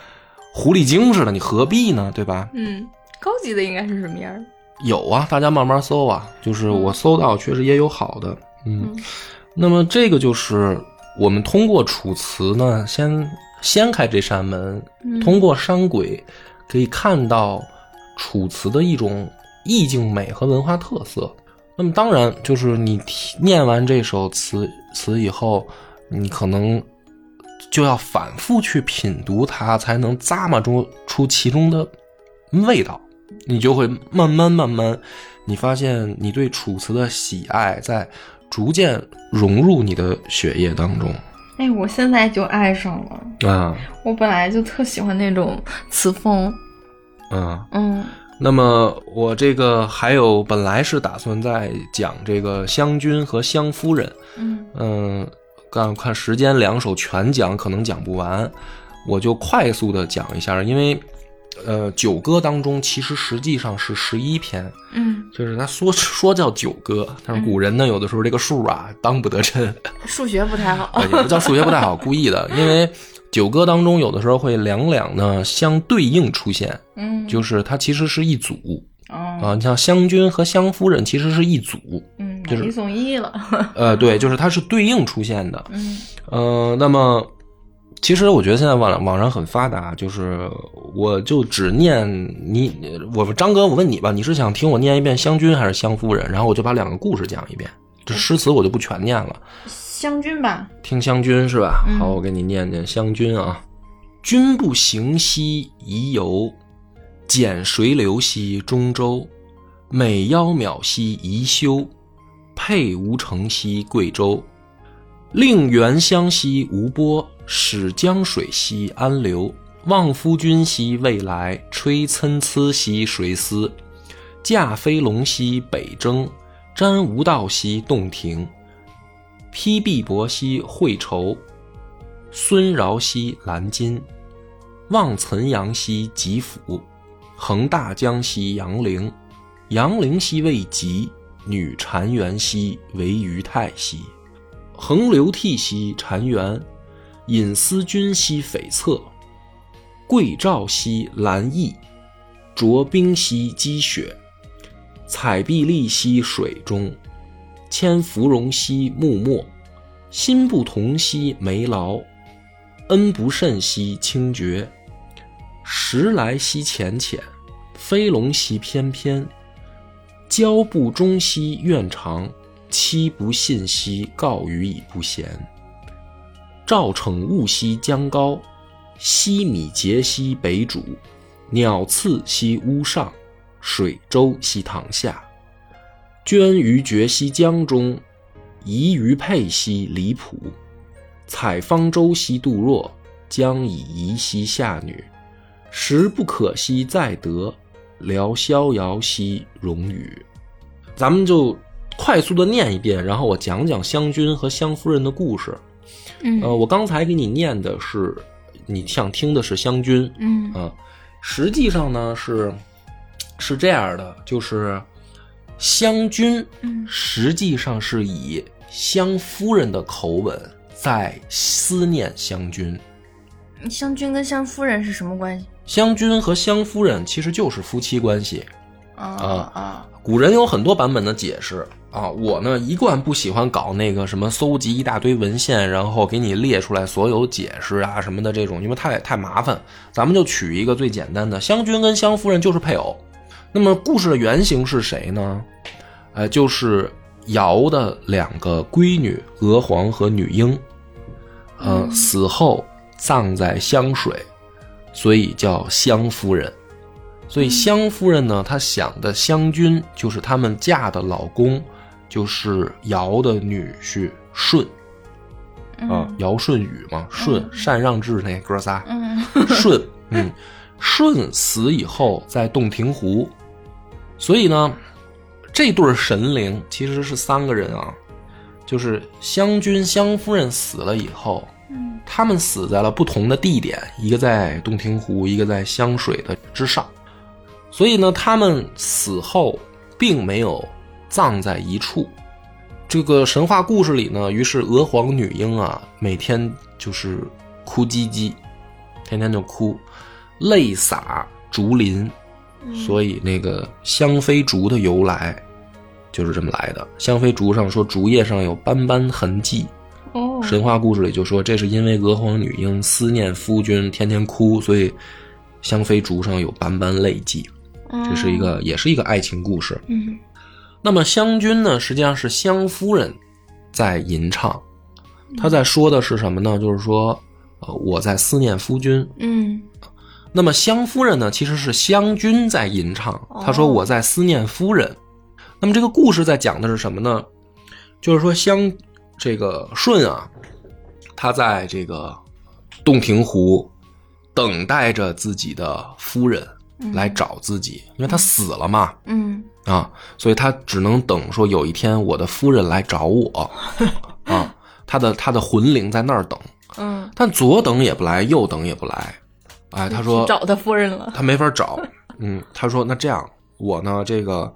Speaker 1: 狐狸精似的，你何必呢？对吧？
Speaker 2: 嗯，高级的应该是什么样儿？
Speaker 1: 有啊，大家慢慢搜啊，就是我搜到确实也有好的，嗯。
Speaker 2: 嗯
Speaker 1: 那么这个就是我们通过楚辞呢，先掀开这扇门，
Speaker 2: 嗯
Speaker 1: 通过山鬼可以看到楚辞的一种意境美和文化特色。那么当然，就是你提念完这首词词以后，你可能就要反复去品读它，才能咂摸出出其中的味道。你就会慢慢慢慢，你发现你对楚辞的喜爱在逐渐融入你的血液当中
Speaker 2: 哎，我现在就爱上了。
Speaker 1: 啊
Speaker 2: 我本来就特喜欢那种词风，
Speaker 1: 啊。
Speaker 2: 嗯
Speaker 1: 那么我这个还有本来是打算在讲这个湘君和湘夫人，
Speaker 2: 嗯
Speaker 1: 嗯，看看时间，两首全讲可能讲不完，我就快速的讲一下，因为呃九歌当中其实实际上是十一篇，
Speaker 2: 嗯，
Speaker 1: 就是他说说叫九歌，但是古人呢，有的时候这个数啊当不得真，
Speaker 2: 数学不太好
Speaker 1: 呃，也不叫数学不太好，故意的，因为九歌当中有的时候会两两呢相对应出现，
Speaker 2: 嗯，
Speaker 1: 就是它其实是一组啊，
Speaker 2: 哦，
Speaker 1: 你像湘君和湘夫人其实是一组，
Speaker 2: 嗯，
Speaker 1: 就是
Speaker 2: 买一送一了，
Speaker 1: 呃，对，就是它是对应出现的，
Speaker 2: 嗯
Speaker 1: 呃，那么其实我觉得现在网网上很发达，就是我就只念你，我张哥，我问你吧，你是想听我念一遍湘君还是湘夫人？然后我就把两个故事讲一遍，这诗词我就不全念了，
Speaker 2: 湘君吧，
Speaker 1: 听湘君是吧？
Speaker 2: 嗯
Speaker 1: 好，我给你念念湘君啊。君不行兮宜游，减谁流兮中州，美妖渺兮宜修，佩无城兮贵州。令元湘兮无波，使江水兮安流。望夫君兮未来，吹参差兮谁思？驾飞龙兮北征，瞻无道兮洞庭。披碧薄兮惠愁，孙饶兮兰津，望岑阳兮吉府，横大江兮杨陵，杨陵兮为极，女婵媛兮为于太兮，横流涕兮婵媛，隐思君兮悱恻，桂棹兮兰意，濯冰兮积雪，采碧砾兮水中。迁芙蓉兮木末，心不同兮眉劳，恩不甚兮清绝，时来兮浅浅，飞龙兮翩翩，交不中兮怨长，妻不信兮告予以不贤。赵逞物兮江高，西米节兮北渚，鸟刺兮屋上，水舟兮堂下。捐于决兮江中，移于沛兮离浦，采方舟兮杜若，将以移兮夏女。时不可兮再得，聊逍遥兮荣宇。咱们就快速的念一遍，然后我讲讲湘君和湘夫人的故事。
Speaker 2: 嗯
Speaker 1: 呃，我刚才给你念的是，你想听的是湘君，
Speaker 2: 嗯
Speaker 1: 啊，实际上呢是是这样的，就是湘君
Speaker 2: 嗯
Speaker 1: 实际上是以湘夫人的口吻在思念湘君。哦
Speaker 2: 湘君跟湘夫人是什么关系？
Speaker 1: 湘君和湘夫人其实就是夫妻关系，
Speaker 2: 啊啊
Speaker 1: 古人有很多版本的解释啊，我呢一贯不喜欢搞那个什么搜集一大堆文献，然后给你列出来所有解释啊什么的这种，因为太太麻烦。咱们就取一个最简单的，湘君跟湘夫人就是配偶。那么故事的原型是谁呢？呃，就是尧的两个闺女娥皇和女英，呃，
Speaker 2: 嗯
Speaker 1: 死后葬在湘水，所以叫湘夫人。所以湘夫人呢，她想的湘君就是他们嫁的老公，就是尧的女婿舜啊
Speaker 2: 嗯，
Speaker 1: 尧舜禹嘛，舜禅让制那哥仨，
Speaker 2: 嗯
Speaker 1: 舜，嗯，舜死以后在洞庭湖，所以呢，这对儿神灵其实是三个人啊，就是湘君、湘夫人死了以后，
Speaker 2: 嗯
Speaker 1: 他们死在了不同的地点，一个在洞庭湖，一个在湘水的之上，所以呢，他们死后并没有葬在一处。这个神话故事里呢，于是娥皇女英啊，每天就是哭唧唧，天天就哭，泪洒竹林，所以那个香妃竹的由来就是这么来的。香妃竹上说竹叶上有斑斑痕迹，
Speaker 2: 哦，
Speaker 1: 神话故事里就说，这是因为娥皇女英思念夫君，天天哭，所以香妃竹上有斑斑泪迹。这是一个，也是一个爱情故事。
Speaker 2: 嗯
Speaker 1: 那么湘君呢，实际上是湘夫人在吟唱，
Speaker 2: 嗯
Speaker 1: 她在说的是什么呢？就是说，呃，我在思念夫君。
Speaker 2: 嗯
Speaker 1: 那么湘夫人呢，其实是湘君在吟唱
Speaker 2: 哦，
Speaker 1: 她说我在思念夫人。那么这个故事在讲的是什么呢？就是说湘这个舜啊，他在这个洞庭湖等待着自己的夫人
Speaker 2: 嗯
Speaker 1: 来找自己，因为他死了嘛。
Speaker 2: 嗯
Speaker 1: 啊，所以他只能等说有一天我的夫人来找我，啊，他的他的魂灵在那儿等，
Speaker 2: 嗯，
Speaker 1: 但左等也不来，右等也不来，哎，他说
Speaker 2: 找他夫人了，
Speaker 1: 他没法找，嗯，他说那这样我呢这个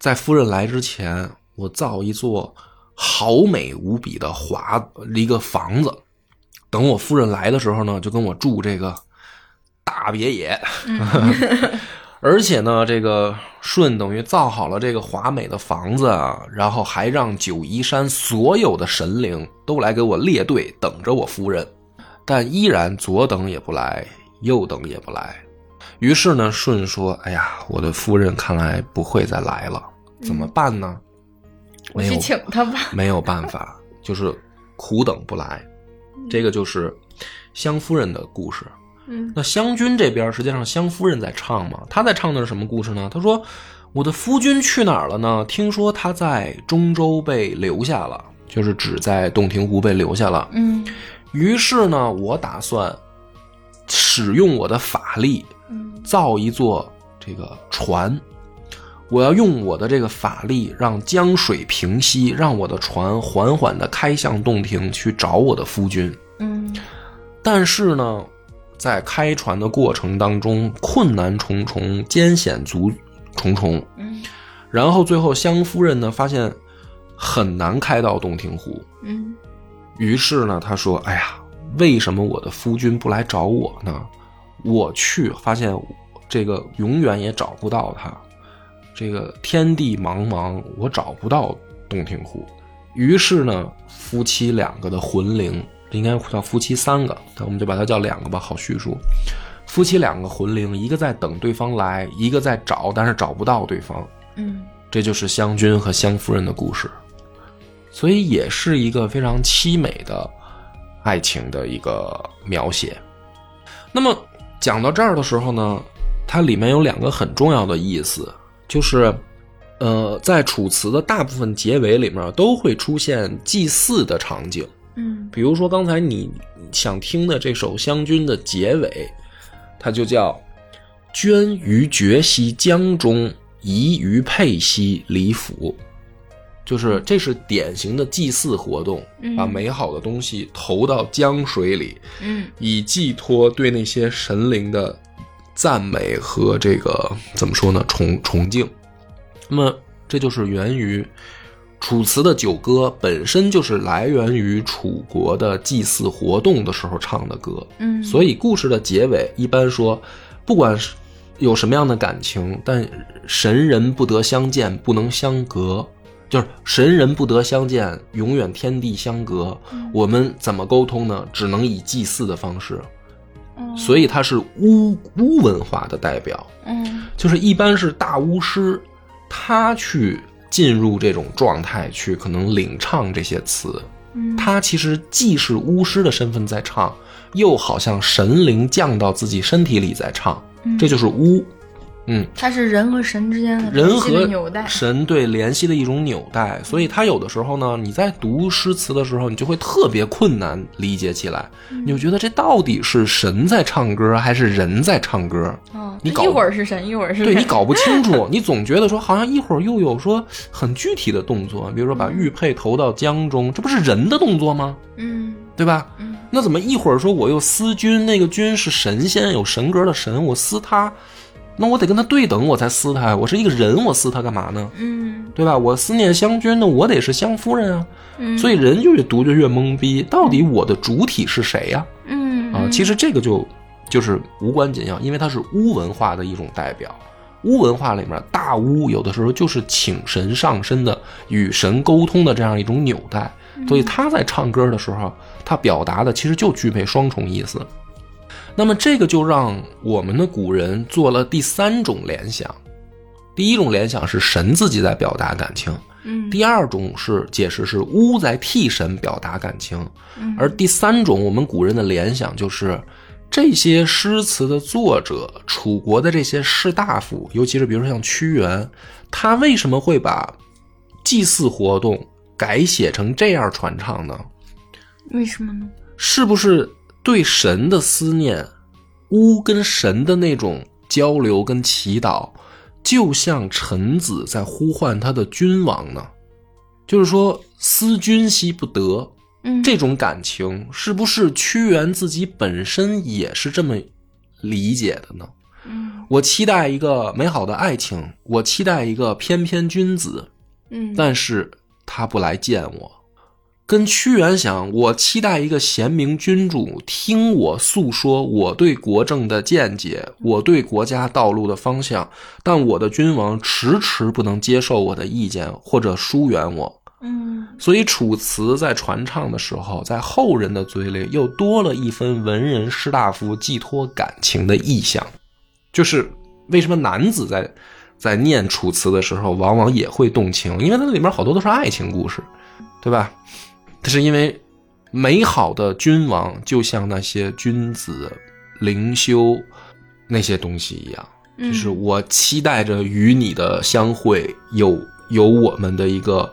Speaker 1: 在夫人来之前，我造一座豪美无比的华一个房子，等我夫人来的时候呢，就跟我住这个大别野。 而且呢，这个舜等于造好了这个华美的房子啊，然后还让九嶷山所有的神灵都来给我列队等着我夫人，但依然左等也不来，右等也不来。于是呢，舜说：“哎呀，我的夫人看来不会再来了，嗯怎么办呢？
Speaker 2: 我
Speaker 1: 没有
Speaker 2: 去请他吧。
Speaker 1: 没有办法，就是苦等不来。这个就是湘夫人的故事。
Speaker 2: 嗯
Speaker 1: 那湘君这边实际上湘夫人在唱嘛，她在唱的是什么故事呢？她说：“我的夫君去哪儿了呢？听说他在中州被留下了，就是只在洞庭湖被留下了。
Speaker 2: 嗯
Speaker 1: 于是呢，我打算使用我的法力
Speaker 2: 嗯
Speaker 1: 造一座这个船，我要用我的这个法力让江水平息，让我的船缓缓地开向洞庭去找我的夫君。
Speaker 2: 嗯
Speaker 1: 但是呢，在开船的过程当中，困难重重，艰险足重重。
Speaker 2: 嗯
Speaker 1: 然后最后，湘夫人呢发现很难开到洞庭湖，
Speaker 2: 嗯
Speaker 1: 于是呢，她说：“哎呀，为什么我的夫君不来找我呢？我去，发现这个永远也找不到他。这个天地茫茫，我找不到洞庭湖。”于是呢，夫妻两个的魂灵，应该叫夫妻三个，那我们就把它叫两个吧，好叙述。夫妻两个魂灵，一个在等对方来，一个在找，但是找不到对方。
Speaker 2: 嗯
Speaker 1: 这就是湘君和湘夫人的故事，所以也是一个非常凄美的爱情的一个描写。那么讲到这儿的时候呢，它里面有两个很重要的意思，就是，呃，在《楚辞》的大部分结尾里面都会出现祭祀的场景，
Speaker 2: 嗯
Speaker 1: 比如说刚才你想听的这首《湘君》的结尾，它就叫“捐于决兮江中，移于沛兮离府”，就是这是典型的祭祀活动，
Speaker 2: 嗯
Speaker 1: 把美好的东西投到江水里，
Speaker 2: 嗯
Speaker 1: 以寄托对那些神灵的赞美和这个怎么说呢崇崇敬。那么这就是源于楚辞的九歌，本身就是来源于楚国的祭祀活动的时候唱的歌。
Speaker 2: 嗯，
Speaker 1: 所以故事的结尾一般说，不管是有什么样的感情，但神人不得相见，不能相隔。就是神人不得相见，永远天地相隔。我们怎么沟通呢？只能以祭祀的方式。
Speaker 2: 嗯
Speaker 1: 所以它是巫巫文化的代表，
Speaker 2: 嗯
Speaker 1: 就是一般是大巫师，他去进入这种状态，去可能领唱这些词。
Speaker 2: 嗯，
Speaker 1: 他其实既是巫师的身份在唱，又好像神灵降到自己身体里在唱，
Speaker 2: 嗯
Speaker 1: 这就是巫。嗯，
Speaker 2: 它是人和神之间的
Speaker 1: 人
Speaker 2: 联系的
Speaker 1: 和
Speaker 2: 纽带，嗯
Speaker 1: 神对联系的一种纽带，所以他有的时候呢，你在读诗词的时候，你就会特别困难理解起来，
Speaker 2: 嗯
Speaker 1: 你就觉得这到底是神在唱歌还是人在唱 歌？
Speaker 2: 哦，
Speaker 1: 你
Speaker 2: 就
Speaker 1: 搞
Speaker 2: 一会儿是神，一会儿是
Speaker 1: 对你
Speaker 2: 人，
Speaker 1: 搞不清楚， 你总觉得说好像一会儿又有说很具体的动作，比如说把玉佩投到江中，这不是人的动作吗？
Speaker 2: 嗯
Speaker 1: 对吧？
Speaker 2: 嗯
Speaker 1: 那怎么一会儿说我又思君，那个君是神仙，有神格的神，我思他，那我得跟他对等，我才思他呀。我是一个人，我思他干嘛呢？
Speaker 2: 嗯
Speaker 1: 对吧？我思念湘君，那我得是湘夫人啊。
Speaker 2: 嗯，
Speaker 1: 所以人就越读就越懵逼，到底我的主体是谁呀、
Speaker 2: 嗯
Speaker 1: 啊？其实这个就就是无关紧要，因为它是巫文化的一种代表。巫文化里面，大巫有的时候就是请神上身的、与神沟通的这样一种纽带，所以他在唱歌的时候，他表达的其实就具备双重意思。那么这个就让我们的古人做了第三种联想，第一种联想是神自己在表达感情，
Speaker 2: 嗯
Speaker 1: 第二种是解释是巫在替神表达感情，
Speaker 2: 嗯
Speaker 1: 而第三种我们古人的联想就是，这些诗词的作者，楚国的这些士大夫，尤其是比如说像屈原，他为什么会把祭祀活动改写成这样传唱呢？
Speaker 2: 为什么呢？
Speaker 1: 是不是对神的思念，巫跟神的那种交流跟祈祷，就像臣子在呼唤他的君王呢？就是说，思君兮不得，
Speaker 2: 嗯，
Speaker 1: 这种感情是不是屈原自己本身也是这么理解的呢？
Speaker 2: 嗯
Speaker 1: 我期待一个美好的爱情，我期待一个翩翩君子，
Speaker 2: 嗯，
Speaker 1: 但是他不来见我。跟屈原想，我期待一个贤明君主听我诉说我对国政的见解，我对国家道路的方向，但我的君王迟迟不能接受我的意见，或者疏远我。
Speaker 2: 嗯
Speaker 1: 所以《楚辞》在传唱的时候，在后人的嘴里又多了一分文人士大夫寄托感情的意象。就是为什么男子在在念《楚辞》的时候，往往也会动情，因为它里面好多都是爱情故事，对吧？它是因为美好的君王就像那些君子、灵修那些东西一样，
Speaker 2: 嗯
Speaker 1: 就是我期待着与你的相会，有有我们的一个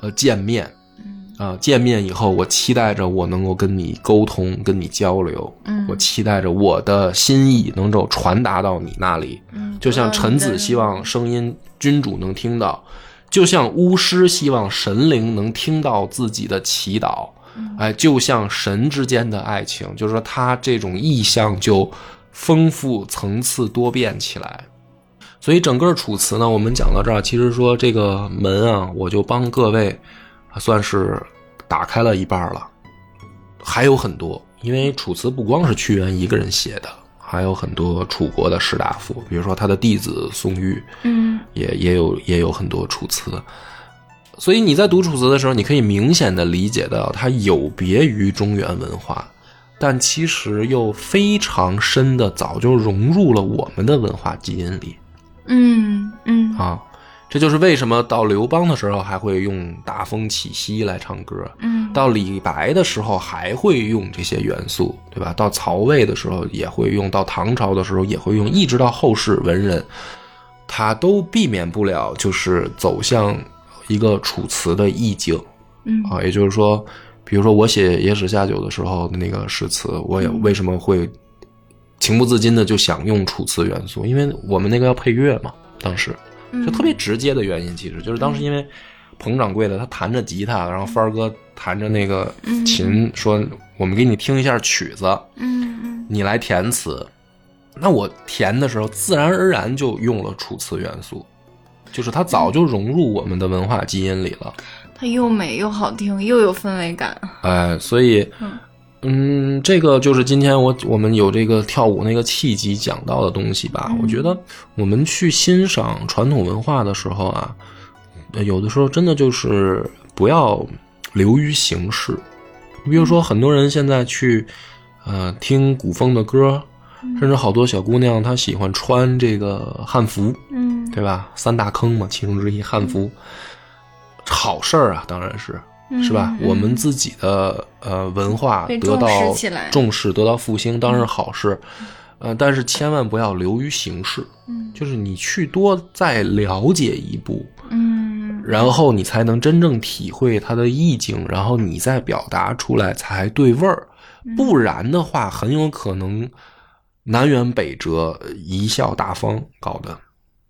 Speaker 1: 呃见面
Speaker 2: 嗯
Speaker 1: 啊、见面以后，我期待着我能够跟你沟通，跟你交流，
Speaker 2: 嗯
Speaker 1: 我期待着我的心意能够传达到你那里，
Speaker 2: 嗯
Speaker 1: 就像臣子希望声音君主能听到，就像巫师希望神灵能听到自己的祈祷，
Speaker 2: 嗯
Speaker 1: 哎，就像神之间的爱情，就是说他这种意象就丰富层次多变起来。所以整个《楚辞》呢，我们讲到这儿，其实说这个门啊，我就帮各位啊算是打开了一半了，还有很多，因为《楚辞》不光是屈原一个人写的，还有很多楚国的士大夫，比如说他的弟子宋玉，
Speaker 2: 嗯
Speaker 1: 也也有也有很多楚辞，所以你在读楚辞的时候，你可以明显的理解到它有别于中原文化，但其实又非常深的早就融入了我们的文化基因里
Speaker 2: 嗯嗯
Speaker 1: 啊。这就是为什么到刘邦的时候还会用大风起兮来唱歌，
Speaker 2: 嗯
Speaker 1: 到李白的时候还会用这些元素，对吧？到曹魏的时候也会用，到唐朝的时候也会用，一直到后世文人，他都避免不了就是走向一个楚辞的意境
Speaker 2: 嗯
Speaker 1: 啊，也就是说，比如说我写《野史下酒》的时候的那个诗词，我也为什么会情不自禁的就想用楚辞元素，因为我们那个要配乐嘛，当时。
Speaker 2: 嗯
Speaker 1: 就特别直接的原因，其实就是当时因为彭掌柜的他弹着吉他，然后帆儿哥弹着那个琴，说我们给你听一下曲子，
Speaker 2: 嗯
Speaker 1: 你来填词。那我填的时候，自然而然就用了楚辞元素，就是它早就融入我们的文化基因里了。
Speaker 2: 嗯，它又美又好听，又有氛围感。
Speaker 1: 哎，所以
Speaker 2: 嗯
Speaker 1: 嗯，这个就是今天我我们有这个跳舞那个契机讲到的东西吧。我觉得我们去欣赏传统文化的时候啊，呃有的时候真的就是不要流于形式。你比如说，很多人现在去呃听古风的歌，甚至好多小姑娘她喜欢穿这个汉服，
Speaker 2: 嗯
Speaker 1: 对吧？三大坑嘛，其中之一汉服，好事儿啊，当然是。是吧？
Speaker 2: 嗯
Speaker 1: 我们自己的呃文化
Speaker 2: 被
Speaker 1: 得
Speaker 2: 重
Speaker 1: 到
Speaker 2: 视起来嗯
Speaker 1: 重视，得到复兴，当然是好事。呃，但是千万不要流于形式，
Speaker 2: 嗯
Speaker 1: 就是你去多再了解一步，
Speaker 2: 嗯
Speaker 1: 然后你才能真正体会它的意境，然后你再表达出来才对味儿。
Speaker 2: 嗯
Speaker 1: 不然的话，很有可能南辕北辙，贻笑大方搞的。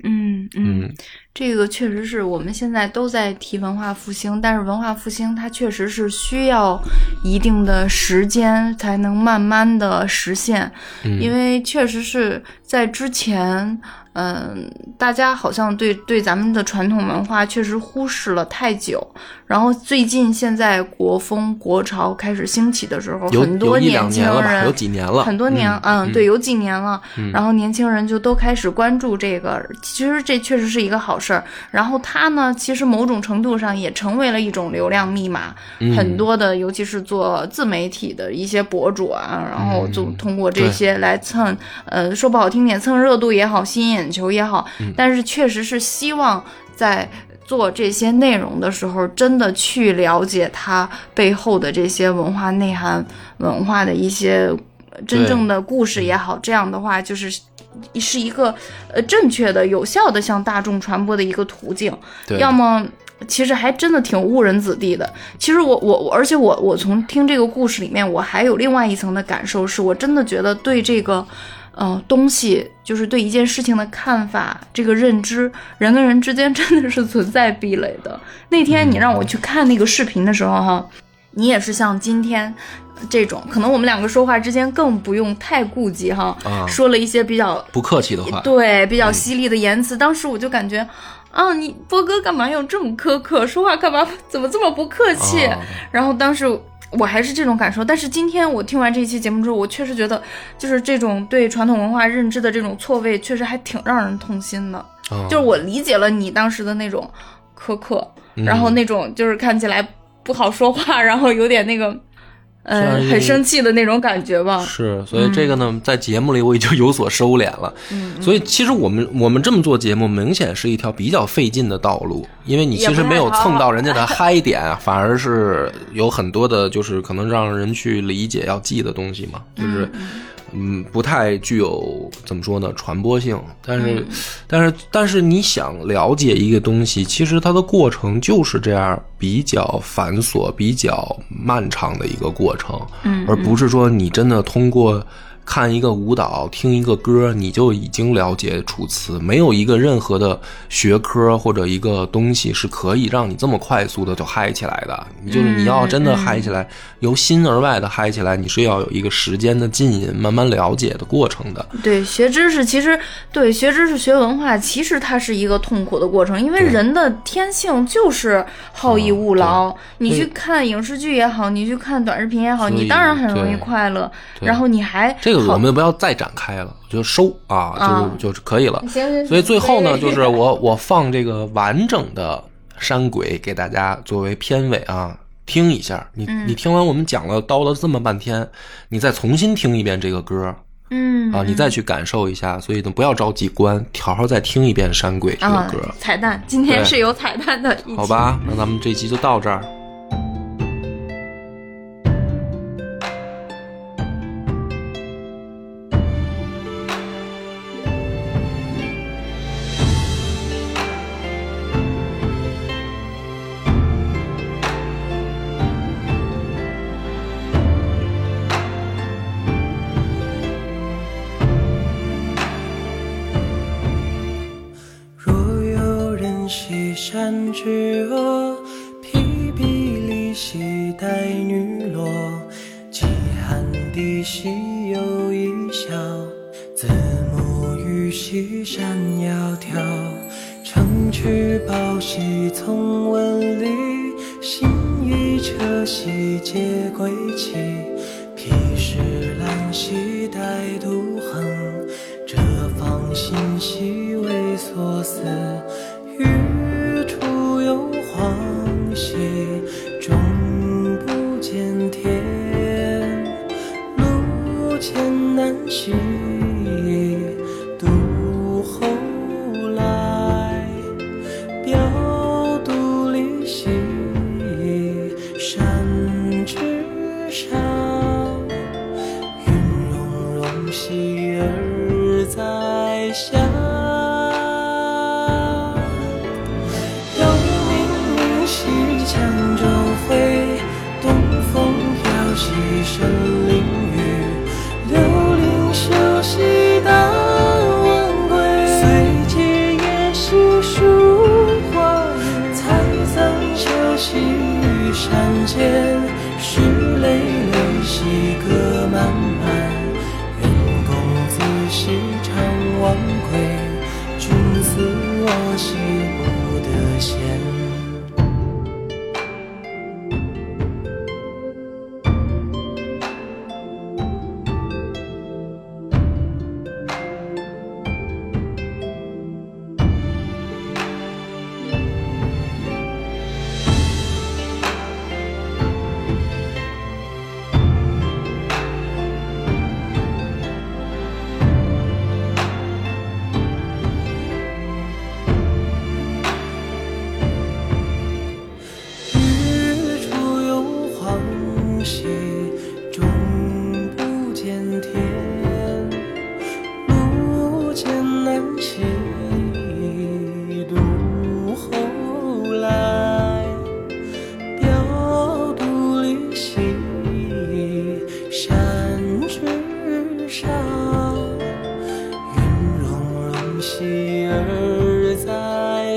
Speaker 2: 嗯嗯，
Speaker 1: 嗯，
Speaker 2: 这个确实是我们现在都在提文化复兴，但是文化复兴它确实是需要一定的时间才能慢慢的实现，
Speaker 1: 嗯
Speaker 2: 因为确实是在之前，嗯、大家好像对对咱们的传统文化确实忽视了太久，然后最近现在国风国潮开始兴起的时候，
Speaker 1: 有
Speaker 2: 很多
Speaker 1: 有一两
Speaker 2: 轻
Speaker 1: 年了吧，
Speaker 2: 人
Speaker 1: 有几年了，
Speaker 2: 很多年，嗯，对，有几年了。
Speaker 1: 嗯
Speaker 2: 然后年轻人就都开始关注这个，其实这确实是一个好事儿。然后它呢，其实某种程度上也成为了一种流量密码。
Speaker 1: 嗯
Speaker 2: 很多的，尤其是做自媒体的一些博主啊，然后就通过这
Speaker 1: 对
Speaker 2: 些来蹭，呃，说不好听点，蹭热度也好，吸引眼球也好。但是确实是希望在。做这些内容的时候，真的去了解它背后的这些文化内涵、文化的一些真正的故事也好，这样的话就是是一个呃正确的、有效的向大众传播的一个途径。
Speaker 1: 对
Speaker 2: 要么其实还真的挺误人子弟的。其实我我我，而且我我从听这个故事里面，我还有另外一层的感受，是我真的觉得对这个。呃，东西就是对一件事情的看法，这个认知，人跟人之间真的是存在壁垒的。那天你让我去看那个视频的时候，哈，你也是像今天这种，可能我们两个说话之间更不用太顾忌哈，
Speaker 1: 啊
Speaker 2: 说了一些比较
Speaker 1: 不客气的话，
Speaker 2: 对，比较犀利的言辞。当时我就感觉，
Speaker 1: 嗯
Speaker 2: 啊，你波哥干嘛要这么苛刻？说话干嘛怎么这么不客气？
Speaker 1: 啊
Speaker 2: 然后当时我还是这种感受，但是今天我听完这一期节目之后，我确实觉得，就是这种对传统文化认知的这种错位，确实还挺让人痛心的。
Speaker 1: 啊
Speaker 2: 就是我理解了你当时的那种苛刻，
Speaker 1: 嗯
Speaker 2: 然后那种就是看起来不好说话，然后有点那个。呃，
Speaker 1: 像一
Speaker 2: 很生气的那种感觉吧。
Speaker 1: 是，所以这个呢，在节目里我已经有所收敛了。
Speaker 2: 嗯，
Speaker 1: 所以其实我们我们这么做节目，明显是一条比较费劲的道路，因为你其实没有蹭到人家的嗨点，啊反而是有很多的，就是可能让人去理解要记的东西嘛，就是嗯，不太具有怎么说呢传播性。但是，但是，但是你想了解一个东西，其实它的过程就是这样比较繁琐、比较漫长的一个过程。
Speaker 2: 嗯
Speaker 1: 而不是说你真的通过看一个舞蹈、听一个歌，你就已经了解《楚辞》。没有一个任何的学科或者一个东西是可以让你这么快速的就嗨起来的。你就是你要真的嗨起来，由心而外的嗨起来，你是要有一个时间的浸淫、慢慢了解的过程的。
Speaker 2: 对，学知识其实对学知识、学文化，其实它是一个痛苦的过程，因为
Speaker 1: 对嗯
Speaker 2: 人的天性就是好逸恶劳。你去看影视剧也好，你去看短视频也好，
Speaker 1: 所以
Speaker 2: 你当然很容
Speaker 1: 对
Speaker 2: 易快乐，
Speaker 1: 对
Speaker 2: 然后你还
Speaker 1: 这个
Speaker 2: 好
Speaker 1: 我们不要再展开了，就收啊，就是、
Speaker 2: 啊
Speaker 1: 就是可以了。
Speaker 2: 行行行
Speaker 1: 所以最后呢，
Speaker 2: 对
Speaker 1: 就是我我放这个完整的山鬼给大家作为片尾啊，听一下。你、
Speaker 2: 嗯
Speaker 1: 你听完我们讲了叨了这么半天，你再重新听一遍这个歌
Speaker 2: 嗯
Speaker 1: 啊，你再去感受一下。所以呢，不要着急关，好好再听一遍山鬼这个
Speaker 2: 啊
Speaker 1: 歌，
Speaker 2: 彩蛋，今天
Speaker 1: 对
Speaker 2: 是有彩蛋的一期，
Speaker 1: 好？吧？那咱们这期就到这儿。
Speaker 3: 若有人喜善之恶，披靡离兮带女落。极寒地兮有一笑，子母于兮山窈窕。城去报兮从文里，心与车兮皆归期。披待独行，这方信息为所思，欲出又黄兮，终不见天，路艰难兮，独后来。表独立兮，山之上，云溶溶兮而在下。有冥冥兮，江州会；东风飘兮，神灵雨。柳林秀兮，当晚归。岁节夜兮，书画雨。采桑秋兮，雨山间。石累累兮，歌漫漫。人公子兮，常忘归。君子我兮，不得闲。日出又黄兮，终不见天。路艰难兮，独后来。表独立兮，山之上。云溶溶兮，而在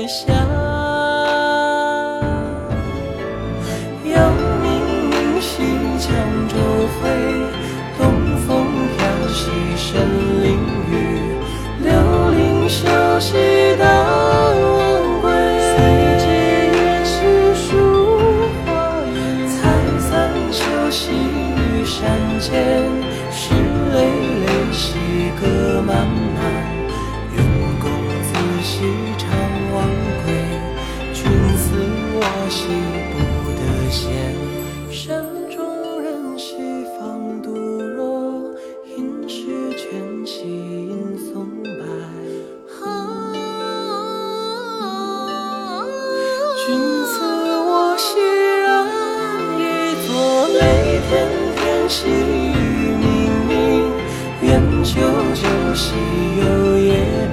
Speaker 3: 下。有冥冥兮，江州会；东风飘兮，神灵雨。柳林秀兮，当晚归。岁节夜兮，书画雨。采桑秋兮，雨山间。石累累兮，歌漫漫。云公子兮，常忘归。君子我兮，不得闲。山中人兮，放独落；饮食全兮，饮松柏。啊君子我兮，安以坐；泪天天兮，雨冥冥。远久久兮，有夜。